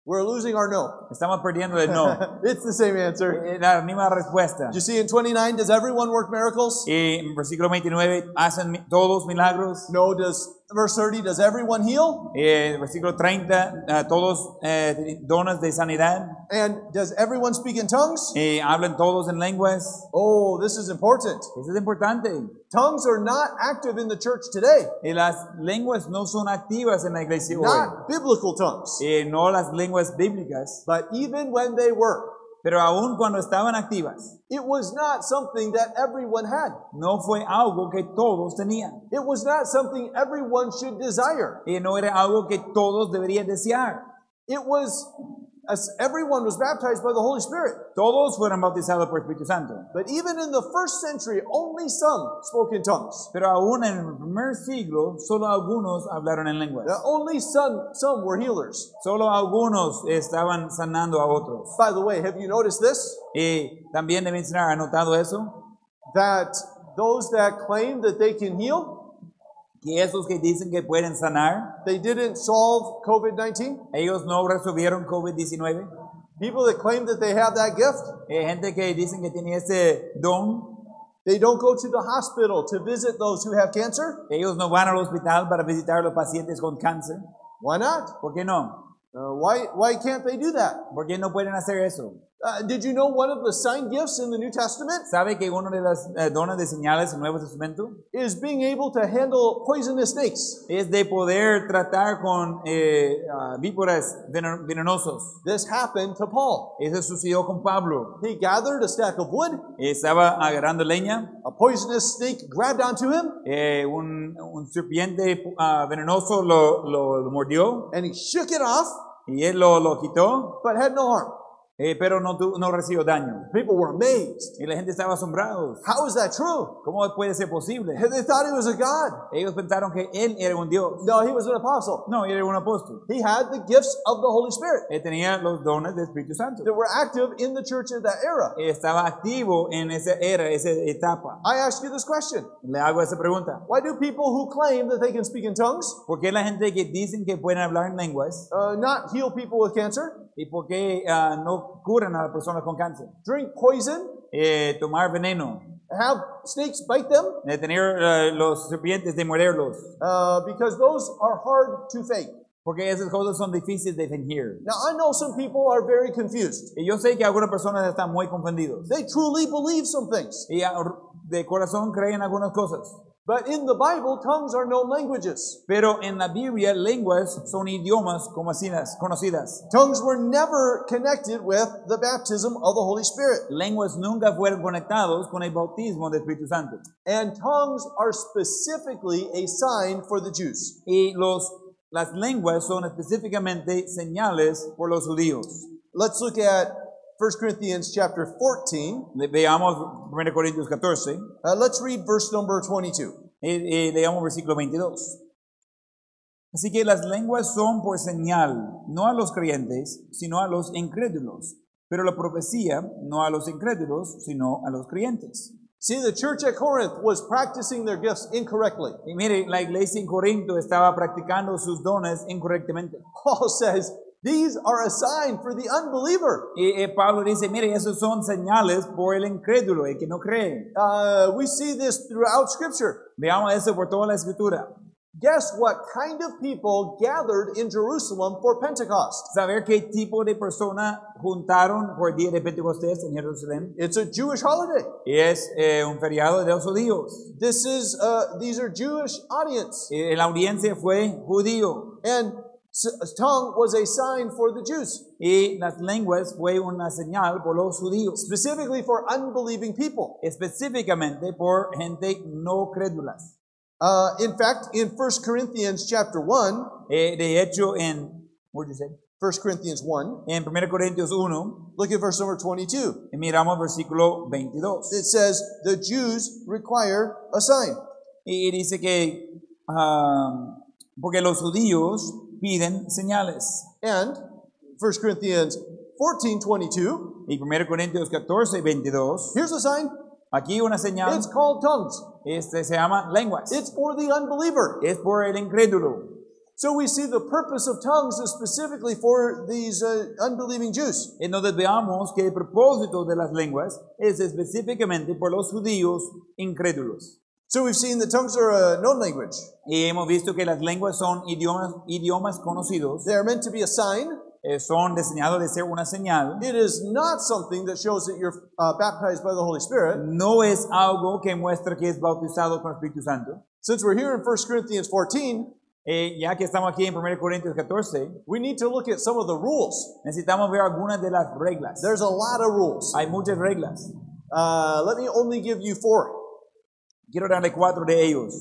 C: We're losing our no.
B: Estamos perdiendo el no.
C: It's the same answer.
B: Eh, La misma respuesta.
C: You see, in 29, does everyone work miracles?
B: Y en versículo 29, ¿hacen mi- todos milagros?
C: No. Does verse 30, does everyone heal?
B: Eh, versículo 30, ah, todos eh, dones de sanidad.
C: And does everyone speak in tongues?
B: Eh, hablan todos en lenguas.
C: Oh, this is important.
B: Eso es importante.
C: Tongues are not active in the church today.
B: Eh, las lenguas no son activas en la iglesia hoy.
C: Not biblical tongues.
B: Eh, no las lenguas bíblicas.
C: But even when they were,
B: Pero aún cuando estaban activas,
C: it was not something that everyone had.
B: no fue algo que todos tenían.
C: It was not something everyone should desire.
B: Eh, no era algo que todos deberían desear.
C: It was, as everyone was baptized by the Holy Spirit.
B: Todos fueron bautizados por Espíritu Santo.
C: But even in the first century, only some spoke in tongues.
B: Pero aún en el primer siglo, solo algunos hablaron en lenguas.
C: Now, only some, some were healers.
B: Solo algunos estaban sanando a otros.
C: By the way, have you noticed this?
B: Eh, también de mencionar, ¿ha notado eso?
C: That those that claim that they can heal,
B: Que esos que dicen que pueden sanar,
C: they didn't solve COVID 19.
B: ellos no resolvieron COVID-19.
C: People that claim that they have that gift,
B: Eh, gente que dicen que tiene ese don,
C: they don't go to the hospital to visit those who have cancer.
B: ellos no van al hospital para visitar a los pacientes con cáncer.
C: Why not?
B: ¿Por qué no?
C: Uh, why, why can't they do that?
B: ¿Por qué no pueden hacer eso?
C: Uh, did you know one of the sign gifts in the New Testament
B: ¿Sabe que uno de los eh, dones de señales en Nuevo Testamento
C: is being able to handle poisonous snakes?
B: es de poder tratar con eh, ah, víboras veno- venenosos?
C: This happened to Paul.
B: Eso sucedió con Pablo.
C: He gathered a stack of wood,
B: Estaba agarrando leña,
C: a poisonous snake grabbed onto him,
B: eh, un, un serpiente ah, venenoso lo, lo- lo mordió
C: and he shook it off,
B: y él lo, lo quitó,
C: but had no harm.
B: eh, pero no, tu- no recibió daño.
C: People were amazed.
B: Y la gente estaba asombrada.
C: How is that true?
B: ¿Cómo puede ser posible?
C: They thought he was a god.
B: Ellos pensaron que él era un dios.
C: No, he was an apostle.
B: No, él era un apóstol.
C: He had the gifts of the Holy Spirit
B: Él tenía los dones del Espíritu Santo.
C: that were active in the church of that era.
B: Él estaba activo en esa era, esa etapa.
C: I ask you this question
B: Le hago esa pregunta.
C: Why do people who claim that they can speak in tongues
B: ¿Por qué la gente que dicen que pueden hablar en lenguas
C: uh, not heal people with cancer,
B: y por qué ah, no curan a las personas con cáncer?
C: drink poison,
B: Eh, tomar veneno,
C: have snakes bite them?
B: de tener eh, los serpientes, de morderlos,
C: Uh, because those are hard to fake.
B: porque esas cosas son difíciles de fingir.
C: Now, I know some people are very confused.
B: Y yo sé que algunas personas están muy confundidos
C: They truly believe some things.
B: y ah, de corazón creen algunas cosas,
C: But in the Bible, tongues are known languages.
B: pero en la Biblia lenguas son idiomas conocidas, conocidas.
C: Tongues were never connected with the baptism of the Holy Spirit.
B: Lenguas nunca fueron conectados con el bautismo del Espíritu Santo.
C: And tongues are specifically a sign for the Jews.
B: Y los, las lenguas son específicamente señales por los judíos.
C: Let's look at 1 Corinthians chapter 14.
B: Le- Veamos 1 Corintios 14
C: Uh, let's read verse number 22.
B: y, y leamos versículo 22. Así que las lenguas son por señal, no a los creyentes, sino a los incrédulos. Pero la profecía no a los incrédulos, sino a los creyentes.
C: See, the church at Corinth was practicing their gifts incorrectly.
B: Y mire, la iglesia en Corinto estaba practicando sus dones incorrectamente.
C: Paul says, These are a sign for the unbeliever.
B: Y, y Pablo dice, mire, esos son señales por el incrédulo, el que no cree.
C: Uh, we see this throughout Scripture.
B: Veamos eso por toda la escritura.
C: Guess what kind of people gathered in Jerusalem for Pentecost?
B: Saber qué tipo de persona juntaron por día de Pentecostés en Jerusalén.
C: It's a Jewish holiday.
B: Y es eh, un feriado de los judíos.
C: This is uh, these are Jewish audience,
B: Eh, la audiencia fue judío
C: and s- tongue was a sign for the Jews,
B: y las lenguas fue una señal por los judíos,
C: specifically for unbelieving people.
B: específicamente por gente no crédulas.
C: Uh, in fact, in 1 Corinthians chapter 1,
B: Eh, de hecho, en, what did you say?
C: 1 Corinthians 1,
B: en 1 Corintios 1,
C: look at verse number 22.
B: y miramos versículo 22,
C: It says, The Jews require a sign.
B: y dice que ah, Porque los judíos piden señales.
C: And 1 Corinthians 14 22,
B: Y 1 Corintios 14, 22.
C: here's a sign.
B: Aquí una señal
C: It's called tongues.
B: este, se llama lenguas.
C: It's for the unbeliever.
B: Es por el incrédulo.
C: So we see the purpose of tongues is specifically for these uh, unbelieving Jews.
B: Entonces veamos que el propósito de las lenguas es específicamente por los judíos incrédulos.
C: So we've seen that tongues are a known language.
B: Y hemos visto que las lenguas son idiomas, idiomas conocidos,
C: They are meant to be a sign.
B: eh, son diseñados de ser una señal.
C: It is not something that shows that you're uh, baptized by the Holy Spirit.
B: No es algo que muestra que es bautizado con el Espíritu Santo.
C: Since we're here in 1 Corinthians 14,
B: Eh, ya que estamos aquí en 1 Corintios 14,
C: we need to look at some of the rules.
B: necesitamos ver algunas de las reglas.
C: There's a lot of rules.
B: Hay muchas reglas.
C: Uh, let me only give you four.
B: Quiero darle cuatro de ellos.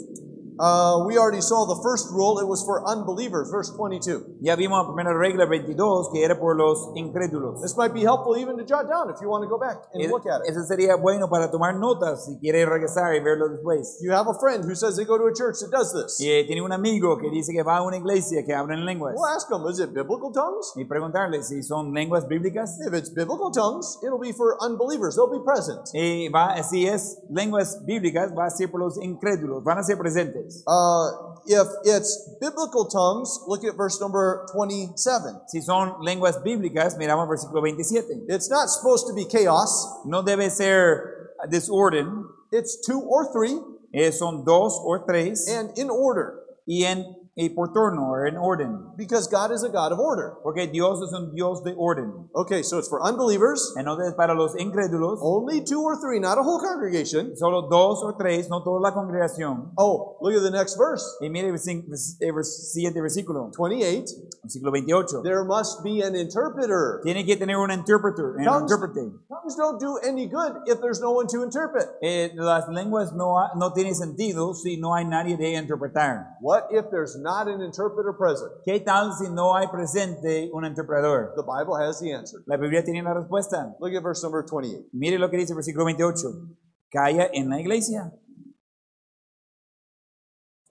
C: Uh, we already saw the first rule. It was for unbelievers, verse 22.
B: Ya vimos la primera regla 22, que era por los incrédulos.
C: This might be helpful even to jot down if you want to go back and
B: Es-
C: look at it.
B: Ese sería bueno para tomar notas si quiere regresar y verlo después.
C: You have a friend who says they go to a church that does this.
B: Y eh, tiene un amigo que dice que va a una iglesia que habla en lenguas.
C: We'll ask them, is it biblical tongues?
B: Y preguntarle si son lenguas bíblicas.
C: If it's biblical tongues, it'll be for unbelievers. They'll be present.
B: Y Eh, va, si es lenguas bíblicas, va a ser por los incrédulos, van a ser presentes.
C: Uh, if it's biblical tongues, look at verse number 27.
B: Si son lenguas bíblicas, miramos versículo 27.
C: It's not supposed to be chaos.
B: No debe ser desorden,
C: It's two or three
B: eh, son dos o tres,
C: and in order
B: y, en, y por turno, o en orden.
C: because God is a God of order.
B: Porque Dios es un Dios de orden.
C: Okay, so it's for unbelievers,
B: Entonces, para los incrédulos,
C: only two or three, not a whole congregation.
B: solo dos o tres, no toda la congregación.
C: Oh, look at the next verse,
B: Y mire el versín- vers- eh, vers- siguiente versículo,
C: 28.
B: versículo 28.
C: There must be an interpreter.
B: Tiene que tener un interpreter. an
C: Tongues-
B: interprete.
C: Tongues don't do any good if there's no one to interpret.
B: Eh, las lenguas no, ha- no tienen sentido si no hay nadie de interpretar.
C: What if there's not an interpreter present?
B: ¿Qué tal si no hay presente un interpretador?
C: The Bible has the answer.
B: La Biblia tiene la respuesta.
C: Look at verse number 28.
B: Mire lo que dice el versículo 28. Calla en la iglesia.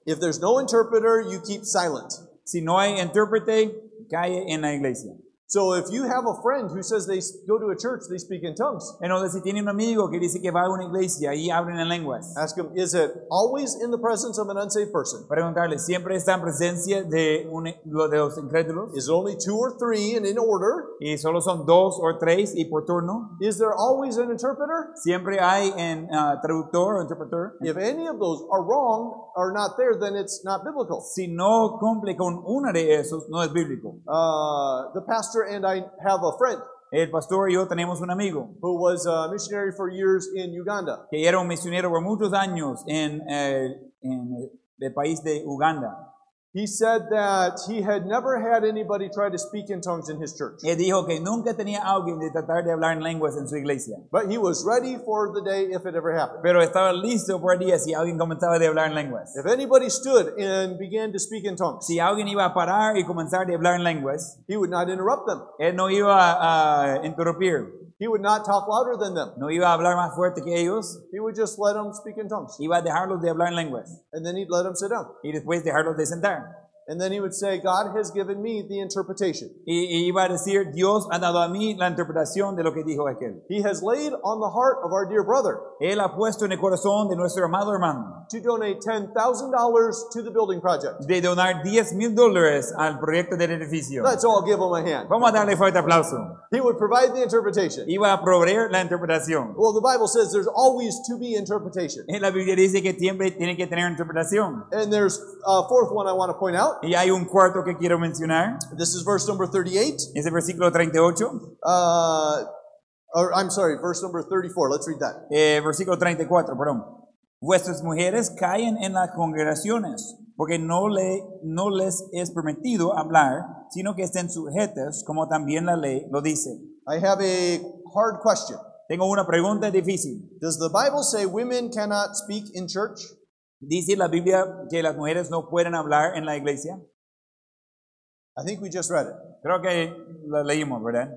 C: If there's no interpreter, you keep silent.
B: Si no hay intérprete, calla en la iglesia.
C: So if you have a friend who says they s- go to a church, they speak in tongues,
B: Entonces, si tiene un amigo que dice que va a una iglesia y hablan en lenguas,
C: ask him, is it always in the presence of an unsaved person?
B: preguntarle, ¿siempre está en presencia de, un, lo de los incrédulos?
C: Is it only two or three and in order?
B: Y solo son dos o tres y por turno.
C: Is there always an interpreter?
B: Siempre hay en ah, traductor o interpretor.
C: If any of those are wrong, are not there, then it's not biblical.
B: Si no cumple con uno de esos, no es bíblico.
C: Uh, the pastor and I have a friend
B: El pastor y yo tenemos un amigo
C: who was a missionary for years in Uganda.
B: que era un misionero por muchos años en, eh, en el país de Uganda.
C: He said that he had never had anybody try to speak in tongues in his church,
B: Él dijo que nunca tenía alguien de tratar de hablar en lenguas en su iglesia,
C: but he was ready for the day if it ever happened.
B: pero estaba listo por el día si alguien comenzaba de hablar en lenguas.
C: If anybody stood and began to speak in tongues,
B: Si alguien iba a parar y comenzar de hablar en lenguas,
C: he would not interrupt them.
B: él no iba a interrumpir,
C: He would not talk louder than them.
B: no iba a hablar más fuerte que ellos,
C: He would just let them speak in tongues,
B: iba a dejarlos de hablar en lenguas
C: and then he'd let them sit down.
B: y después dejarlos de sentar.
C: And then he would say, God has given me the interpretation.
B: Y, y iba a decir, Dios ha dado a mí la interpretación de lo que dijo aquel.
C: He has laid on the heart of our dear brother
B: Él ha puesto en el corazón de nuestro amado hermano
C: to donate $10,000 to the building project.
B: de donar 10 mil dólares al proyecto del edificio.
C: Let's all give him a hand.
B: Vamos a darle fuerte aplauso.
C: He would provide the interpretation.
B: Iba a proveer la interpretación.
C: Well, the Bible says there's always to be interpretation.
B: En la Biblia dice que siempre tiene que tener interpretación.
C: And there's a fourth one I want to point out.
B: Y hay un cuarto que quiero mencionar,
C: This is verse number 38.
B: es el versículo 38,
C: Uh, or I'm sorry, verse number 34. Let's read that.
B: eh, versículo 34, perdón. Vuestras mujeres caen en las congregaciones, porque no, le, no les es permitido hablar, sino que estén sujetas, como también la ley lo dice.
C: I have a hard question.
B: Tengo una pregunta difícil.
C: Does the Bible say women cannot speak in church?
B: Dice la Biblia que las mujeres no pueden hablar en la iglesia.
C: I think we just read it.
B: Creo que la leímos, ¿verdad?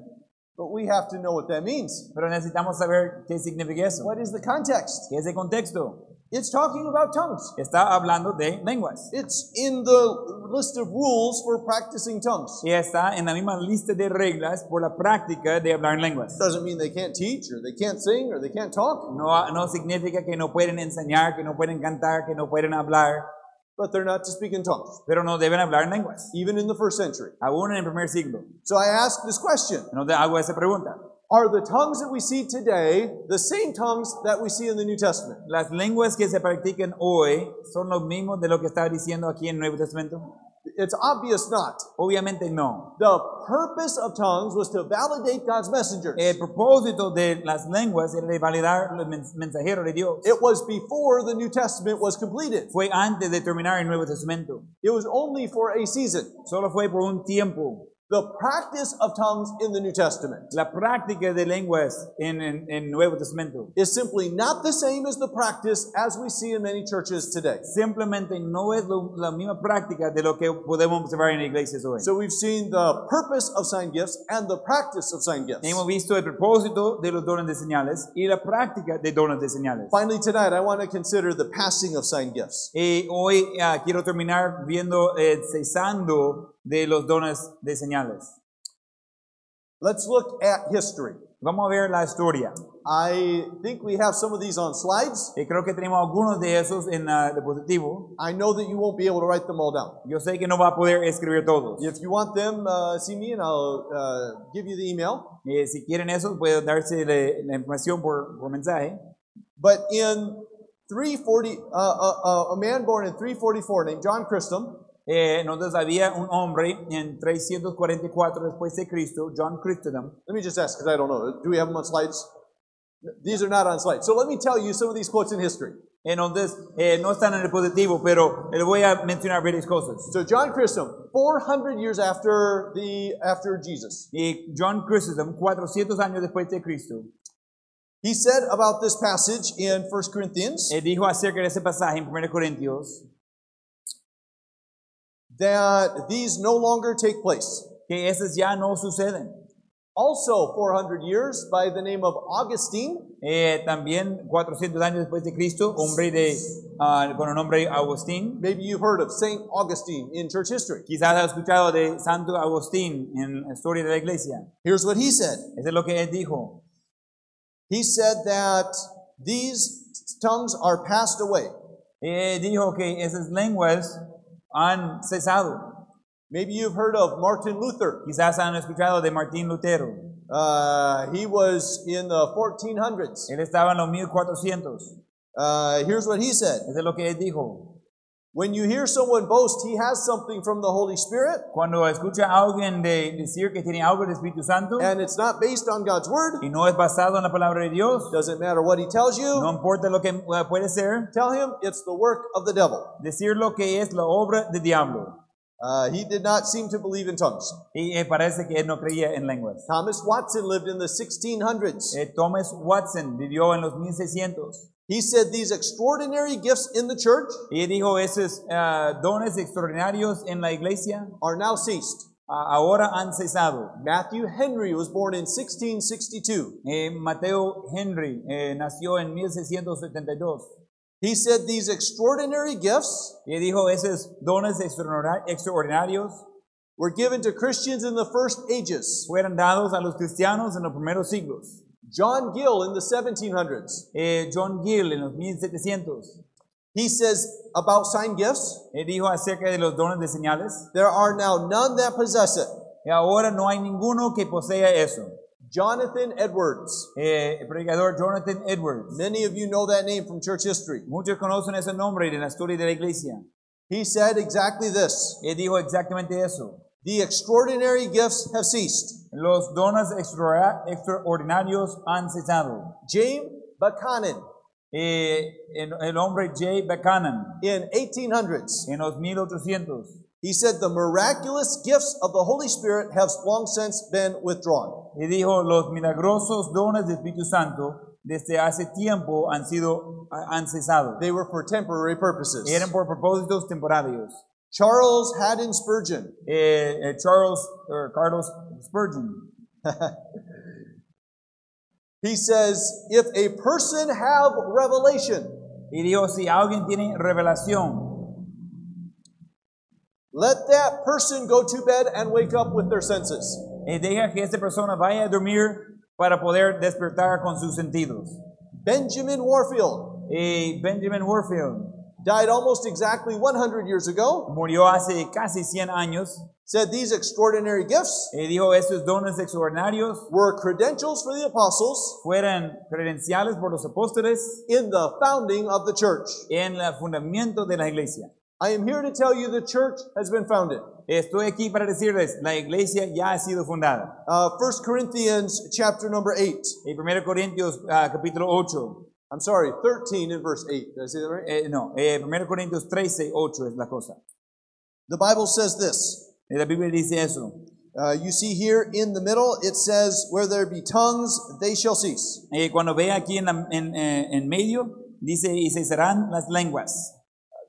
C: But we have to know what that means.
B: Pero necesitamos saber qué significa eso.
C: What is the context?
B: ¿Qué es el contexto?
C: It's talking about tongues.
B: Está hablando de lenguas.
C: It's in the list of rules for practicing tongues.
B: Y está en la misma lista de reglas por la práctica de hablar en lenguas.
C: Doesn't mean they can't teach or they can't sing or they can't talk,
B: No, no significa que no pueden enseñar, que no pueden cantar, que no pueden hablar,
C: but they're not to speak in tongues,
B: pero no deben hablar en lenguas.
C: even in the first century.
B: Aún en el primer siglo.
C: So I ask this question
B: No te hago esa pregunta.
C: Are the tongues that we see today the same tongues that we see in the New Testament?
B: Las lenguas que se practican hoy son los mismos de lo que está diciendo aquí en el Nuevo Testamento.
C: It's obvious not.
B: Obviamente no.
C: The purpose of tongues was to validate God's messengers.
B: El propósito de las lenguas era de validar los men- mensajeros de Dios.
C: It was before the New Testament was completed.
B: Fue antes de terminar el Nuevo Testamento.
C: It was only for a season.
B: Solo fue por un tiempo.
C: The practice of tongues in the New Testament
B: La práctica de lenguas en en- en el Nuevo Testamento
C: is simply not the same as the practice as we see in many churches today.
B: simplemente no es lo- la misma práctica de lo que podemos observar en iglesias hoy.
C: So we've seen the purpose of sign gifts and the practice of sign gifts.
B: Hemos visto el propósito de los dones de señales y la práctica de dones de señales.
C: Finally, tonight, I want to consider the passing of sign gifts.
B: Y hoy ah, quiero terminar viendo el cesando de los dones de señales.
C: Let's look at history.
B: Vamos a ver la historia.
C: I think we have some of these on slides.
B: Y creo que tenemos algunos de esos en ah, el dispositivo.
C: I know that you won't be able to write them all down.
B: Yo sé que no va a poder escribir todos.
C: If you want them, uh, see me and I'll uh, give you the email.
B: Eh, si quieren eso, puedo darse la información por, por mensaje.
C: But in 340, uh, uh, uh, a man born in 344 named John Chrysostom,
B: Eh, entonces había un hombre en 344 después de Cristo, John Chrysostom.
C: let me just ask because I don't know. Do we have them on slides? These are not on slides. So let me tell you some of these quotes in history.
B: Entonces eh, no están en el positivo, pero les voy a mencionar varias cosas.
C: So John Chrysostom, 400 years after the after Jesus,
B: Y John Chrysostom, 400 años después de Cristo,
C: he said about this passage in 1 Corinthians
B: él eh, dijo acerca de ese pasaje en 1 Corintios
C: that these no longer take place.
B: que esas ya no suceden.
C: Also 400 years by the name of Augustine,
B: Eh, también 400 años después de Cristo, hombre de, ah, con el nombre Agustín.
C: Maybe you've heard of St. Augustine in church history.
B: Quizás has escuchado de Santo Agustín en la historia de la iglesia.
C: Here's what he said
B: Eso es lo que él dijo.
C: He said that these tongues are passed away.
B: Eh, dijo que esas lenguas han cesado.
C: Maybe you've heard of Martin Luther.
B: Quizás han escuchado de Martín Lutero.
C: Uh, he was in the 1400s.
B: Él estaba en los 1400.
C: Uh, here's what he said
B: Eso es lo que él dijo.
C: When you hear someone boast, he has something from the Holy Spirit,
B: Cuando escucha a alguien de decir que tiene algo del Espíritu Santo
C: and it's not based on God's word,
B: y no es basado en la palabra de Dios,
C: doesn't matter what he tells you,
B: no importa lo que eh, puede ser,
C: tell him it's the work of the devil.
B: decir lo que es la obra del diablo.
C: Uh, he did not seem to believe in tongues.
B: Y eh, parece que él no creía en lenguas.
C: Thomas Watson lived in the 1600s.
B: Eh, Thomas Watson vivió en los 1600
C: He said these extraordinary gifts in the church
B: y dijo esos ah, dones extraordinarios en la iglesia
C: are now ceased.
B: a- ahora han cesado.
C: Matthew Henry was born in 1662.
B: Eh, Mateo Henry eh, nació en 1672
C: He said these extraordinary gifts
B: y dijo esos dones extraordinar- extraordinarios
C: were given to Christians in the first ages.
B: fueron dados a los cristianos en los primeros siglos.
C: John Gill in the 1700s.
B: Eh, John Gill en los 1700
C: He says about sign gifts,
B: él dijo acerca de los dones de señales
C: there are now none that possess it.
B: y ahora no hay ninguno que posea eso.
C: Jonathan Edwards.
B: Eh, el predicador Jonathan Edwards.
C: Many of you know that name from church history.
B: Muchos conocen ese nombre de la historia de la iglesia.
C: He said exactly this.
B: Él dijo exactamente eso.
C: The extraordinary gifts have ceased.
B: Los dones extraora- extraordinarios han cesado.
C: James Buchanan
B: Eh, el, el hombre J. Buchanan
C: in 1800s.
B: en los 1800
C: He said the miraculous gifts of the Holy Spirit have long since been withdrawn.
B: y dijo los milagrosos dones del Espíritu Santo desde hace tiempo han sido han cesado.
C: They were for temporary purposes.
B: Eran por propósitos temporarios.
C: Charles Haddon Spurgeon,
B: Eh, eh, Charles er, Carlos Spurgeon
C: he says, if a person have revelation,
B: Y dijo, si alguien tiene revelación,
C: let that person go to bed and wake up with their senses.
B: eh, deja que esta persona vaya a dormir para poder despertar con sus sentidos.
C: Benjamin Warfield
B: Eh, Benjamin Warfield
C: died almost exactly 100 years ago,
B: murió hace casi 100 años.
C: said these extraordinary gifts
B: Eh, dijo, estos dones extraordinarios
C: were credentials for the apostles
B: fueran credenciales por los apóstoles
C: in the founding of the church.
B: en el fundamento de la iglesia.
C: I am here to tell you the church has been founded.
B: Estoy aquí para decirles, la iglesia ya ha sido fundada.
C: Uh, 1 Corinthians chapter number 8.
B: En 1 Eh, Corintios ah, capítulo 8,
C: I'm sorry, 13 and verse 8. Did I say that right?
B: eh, no, eh, 1 Corintios 13, 8 es la cosa.
C: The Bible says this.
B: Eh, La Biblia dice eso.
C: Uh, you see here in the middle, it says, Where there be tongues, they shall cease.
B: Eh, cuando ve aquí en, la- en, eh, en medio, dice, y cesarán las lenguas.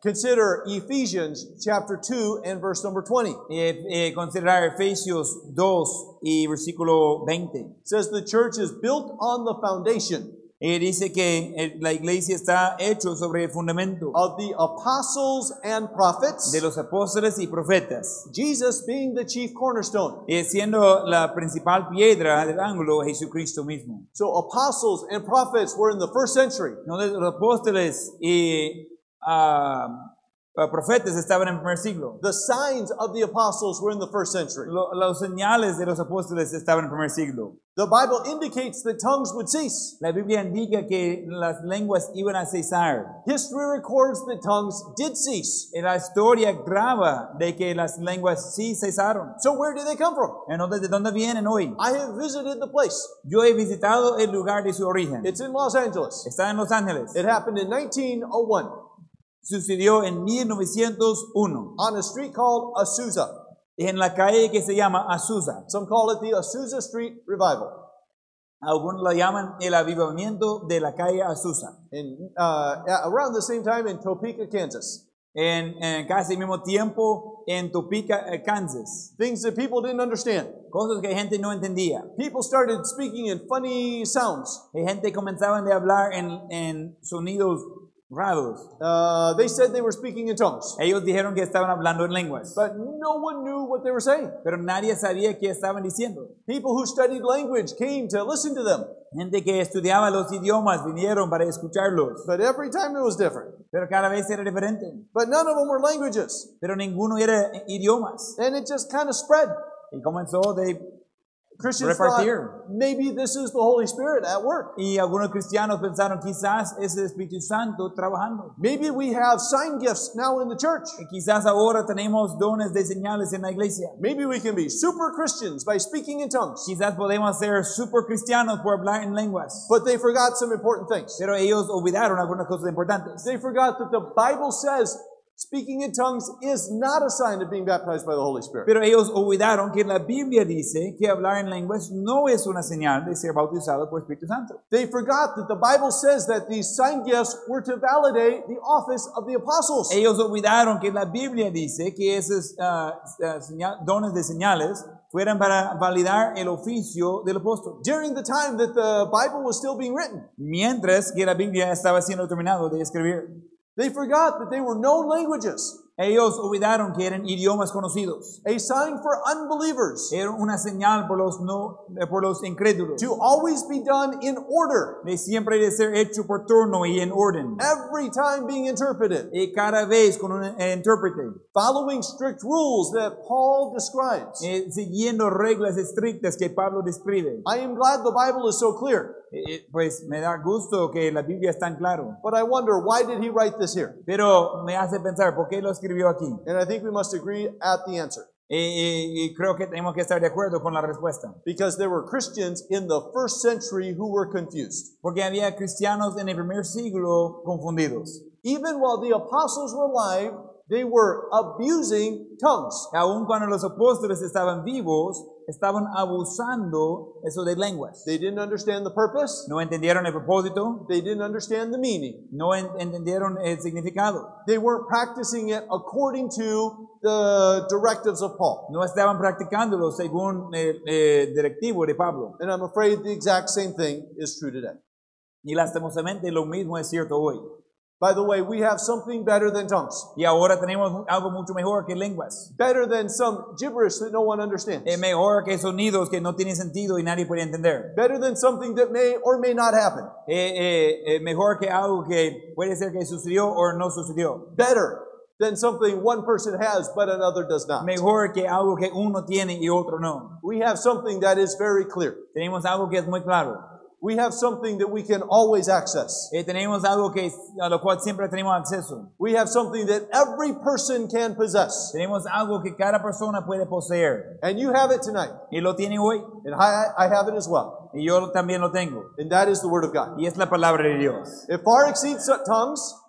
C: Consider Ephesians chapter 2 and verse number 20. It
B: Eh, eh, considerar Efesios 2 y versículo 20.
C: says, The church is built on the foundation
B: Eh, dice que eh, la iglesia está hecho sobre el fundamento
C: of the apostles and prophets,
B: de los apóstoles y profetas,
C: Jesus being the chief cornerstone.
B: eh, siendo la principal piedra del ángulo Jesucristo mismo.
C: So, apostles and prophets were in the first century.
B: Entonces, los apóstoles y ah, ah, profetas estaban en el primer siglo.
C: The signs of the apostles were in the first century.
B: Lo- los señales de los apóstoles estaban en el primer siglo.
C: The Bible indicates that tongues would cease.
B: La Biblia indica que las lenguas iban a cesar.
C: History records that tongues did cease.
B: Eh, La historia grava de que las lenguas sí cesaron.
C: So, where do they come from?
B: Entonces, ¿de dónde vienen hoy?
C: I have visited the place.
B: Yo he visitado el lugar de su origen.
C: It's in Los Angeles.
B: Está en Los Ángeles.
C: It happened in 1901
B: Sucedió en 1901
C: on a street called Azusa.
B: en la calle que se llama Azusa.
C: Some call it the Azusa Street Revival.
B: Algunos la llaman el avivamiento de la calle Azusa.
C: In, uh, a- around the same time in Topeka, Kansas.
B: En, en casi el mismo tiempo en Topeka, eh, Kansas.
C: Things that people didn't understand.
B: Cosas que gente no entendía.
C: People started speaking in funny sounds.
B: La gente comenzaba a hablar en, en sonidos raros.
C: Uh, they said they were speaking in tongues,
B: Ellos dijeron que estaban hablando en lenguas,
C: but no one knew what they were saying.
B: pero nadie sabía qué estaban diciendo.
C: People who studied language came to listen to them,
B: Gente que estudiaba los idiomas vinieron para escucharlos,
C: but every time it was different.
B: pero cada vez era diferente.
C: But none of them were languages,
B: Pero ninguno era idiomas.
C: and it just kind of spread.
B: Y comenzó de...
C: Christians
B: Repartir.
C: thought maybe this is the Holy Spirit at work.
B: Y algunos cristianos pensaron, quizás es el Espíritu Santo trabajando.
C: Maybe we have sign gifts now in the church.
B: Y quizás ahora tenemos dones de señales en la iglesia.
C: Maybe we can be super Christians by speaking in tongues.
B: Quizás podemos ser super cristianos por hablar en lenguas.
C: But they forgot some important things.
B: Pero ellos olvidaron algunas cosas importantes.
C: They forgot that the Bible says speaking in tongues is not a sign of being baptized by the Holy Spirit.
B: Pero ellos olvidaron que la Biblia dice que hablar en lenguas no es una señal de ser bautizado por Espíritu Santo.
C: They forgot that the Bible says that these sign gifts were to validate the office of the apostles.
B: Ellos olvidaron que la Biblia dice que esos ah, ah, señal- dones de señales fueran para validar el oficio del apóstol.
C: During the time that the Bible was still being written,
B: Mientras que la Biblia estaba siendo terminado de escribir.
C: they forgot that they were known languages,
B: Ellos olvidaron que eran idiomas conocidos.
C: a sign for unbelievers.
B: Era una señal por los, no, eh, por los incrédulos.
C: to always be done in order,
B: De siempre de ser hecho por turno y en orden.
C: every time being interpreted,
B: Y cada vez con un eh, intérprete.
C: following strict rules that Paul describes.
B: eh, siguiendo reglas estrictas que Pablo describe.
C: I am glad the Bible is so clear,
B: Eh, eh, pues me da gusto que la Biblia es tan claro.
C: but I wonder why did he write this here?
B: Pero me hace pensar, ¿por qué lo escribió aquí?
C: And I think we must agree at the answer
B: Eh, eh, y creo que tenemos que estar de acuerdo con la respuesta.
C: because there were Christians in the first century who were confused.
B: Porque había cristianos en el primer siglo confundidos.
C: Even while the apostles were alive, they were abusing tongues.
B: Aun cuando los apóstoles estaban vivos, estaban abusando eso de lenguas.
C: They didn't understand the purpose,
B: No entendieron el propósito,
C: they didn't understand the meaning.
B: no en- entendieron el significado,
C: They weren't practicing it according to the directives of Paul.
B: no estaban practicándolo según el eh, directivo de Pablo.
C: And I'm afraid the exact same thing is true today.
B: Y lastimosamente lo mismo es cierto hoy.
C: By the way, we have something better than tongues,
B: Y ahora tenemos algo mucho mejor que lenguas.
C: better than some gibberish that no one understands,
B: Es mejor que sonidos que no tienen sentido y nadie puede entender.
C: better than something that may or may not happen,
B: Eh, eh, eh, mejor que algo que puede ser que sucedió o no sucedió.
C: better than something one person has but another does not.
B: Mejor que algo que uno tiene y otro no.
C: We have something that is very clear.
B: Tenemos algo que es muy claro.
C: We have something that we can always access.
B: Eh, tenemos algo que, a lo cual siempre tenemos acceso.
C: We have something that every person can possess.
B: Tenemos algo que cada persona puede poseer.
C: And you have it tonight.
B: Y lo tiene hoy.
C: And I, I have it as well.
B: Y yo también lo tengo.
C: And that is the Word of God.
B: Y es la palabra de Dios.
C: It far exceeds tongues.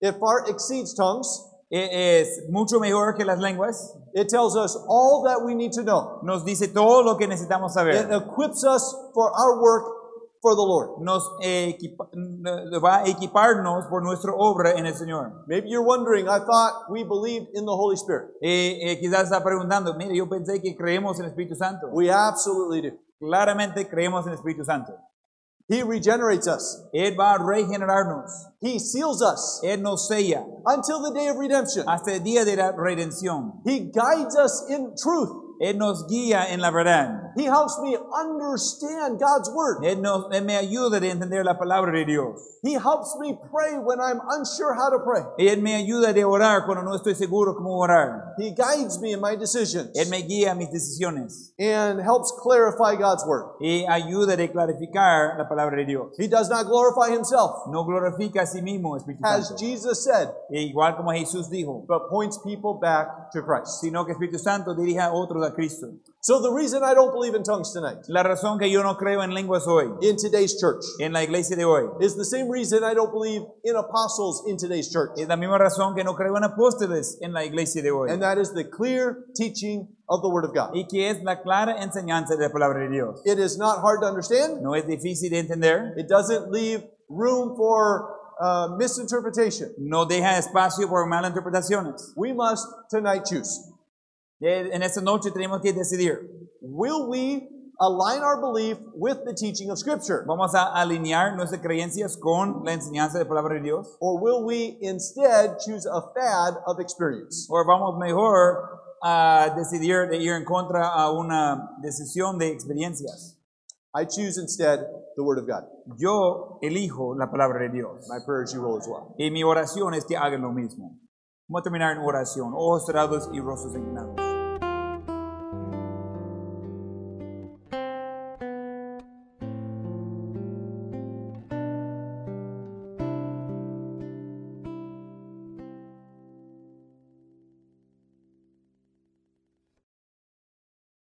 C: It far exceeds tongues.
B: E- Es mucho mejor que las lenguas.
C: It tells us all that we need to know.
B: Nos dice todo lo que necesitamos
C: It
B: saber.
C: equips us for our work for the Lord.
B: Nos eh, equipa- nos va a equiparnos por nuestra obra en el Señor.
C: Maybe you're wondering, I thought we believed in the Holy Spirit.
B: Eh, eh, quizás está preguntando, mire, yo pensé que creemos en el Espíritu Santo.
C: We absolutely do.
B: Claramente creemos en el Espíritu Santo.
C: He regenerates us.
B: Él va a regenerarnos.
C: He seals us
B: Él nos sella
C: until the day of redemption.
B: hasta el día de la redención.
C: He guides us in truth.
B: Él nos guía en la verdad.
C: He helps me understand God's word.
B: Él, nos, Él me ayuda a entender la palabra de Dios.
C: He helps me pray when I'm unsure how to pray.
B: Él me ayuda de orar cuando no estoy seguro cómo orar.
C: He guides me in my decisions
B: Él me guía a mis decisiones
C: and helps clarify God's word.
B: y ayuda a clarificar la palabra de Dios.
C: He does not glorify himself,
B: No glorifica a sí mismo, Espíritu
C: as
B: Santo.
C: Jesus said,
B: E igual como Jesús dijo,
C: but points people back to Christ.
B: sino que Espíritu Santo dirige a otros a Cristo.
C: So the reason I don't believe in tongues tonight
B: La razón que yo no creo en lenguas hoy,
C: in today's church
B: en la iglesia de hoy,
C: is the same reason I don't believe in apostles in today's church.
B: es la misma razón que no creo en apóstoles en la iglesia de hoy.
C: And that is the clear teaching of the word of God.
B: y que es la clara enseñanza de la palabra de Dios.
C: It is not hard to understand.
B: No es difícil de entender,
C: It doesn't leave room for uh, misinterpretation.
B: no deja espacio por malas interpretaciones.
C: We must tonight choose.
B: Eh, En esta noche tenemos que decidir,
C: Will we align our belief with the teaching of Scripture?
B: ¿vamos a alinear nuestras creencias con la enseñanza de la palabra de Dios?
C: Or will we instead choose a fad of experience?
B: ¿O vamos mejor a decidir de ir en contra a una decisión de experiencias?
C: I choose instead the Word of God.
B: Yo elijo la palabra de Dios.
C: My prayer is you will as well.
B: Y mi oración es que hagan lo mismo. Vamos a terminar en oración, ojos cerrados y rostros inclinados.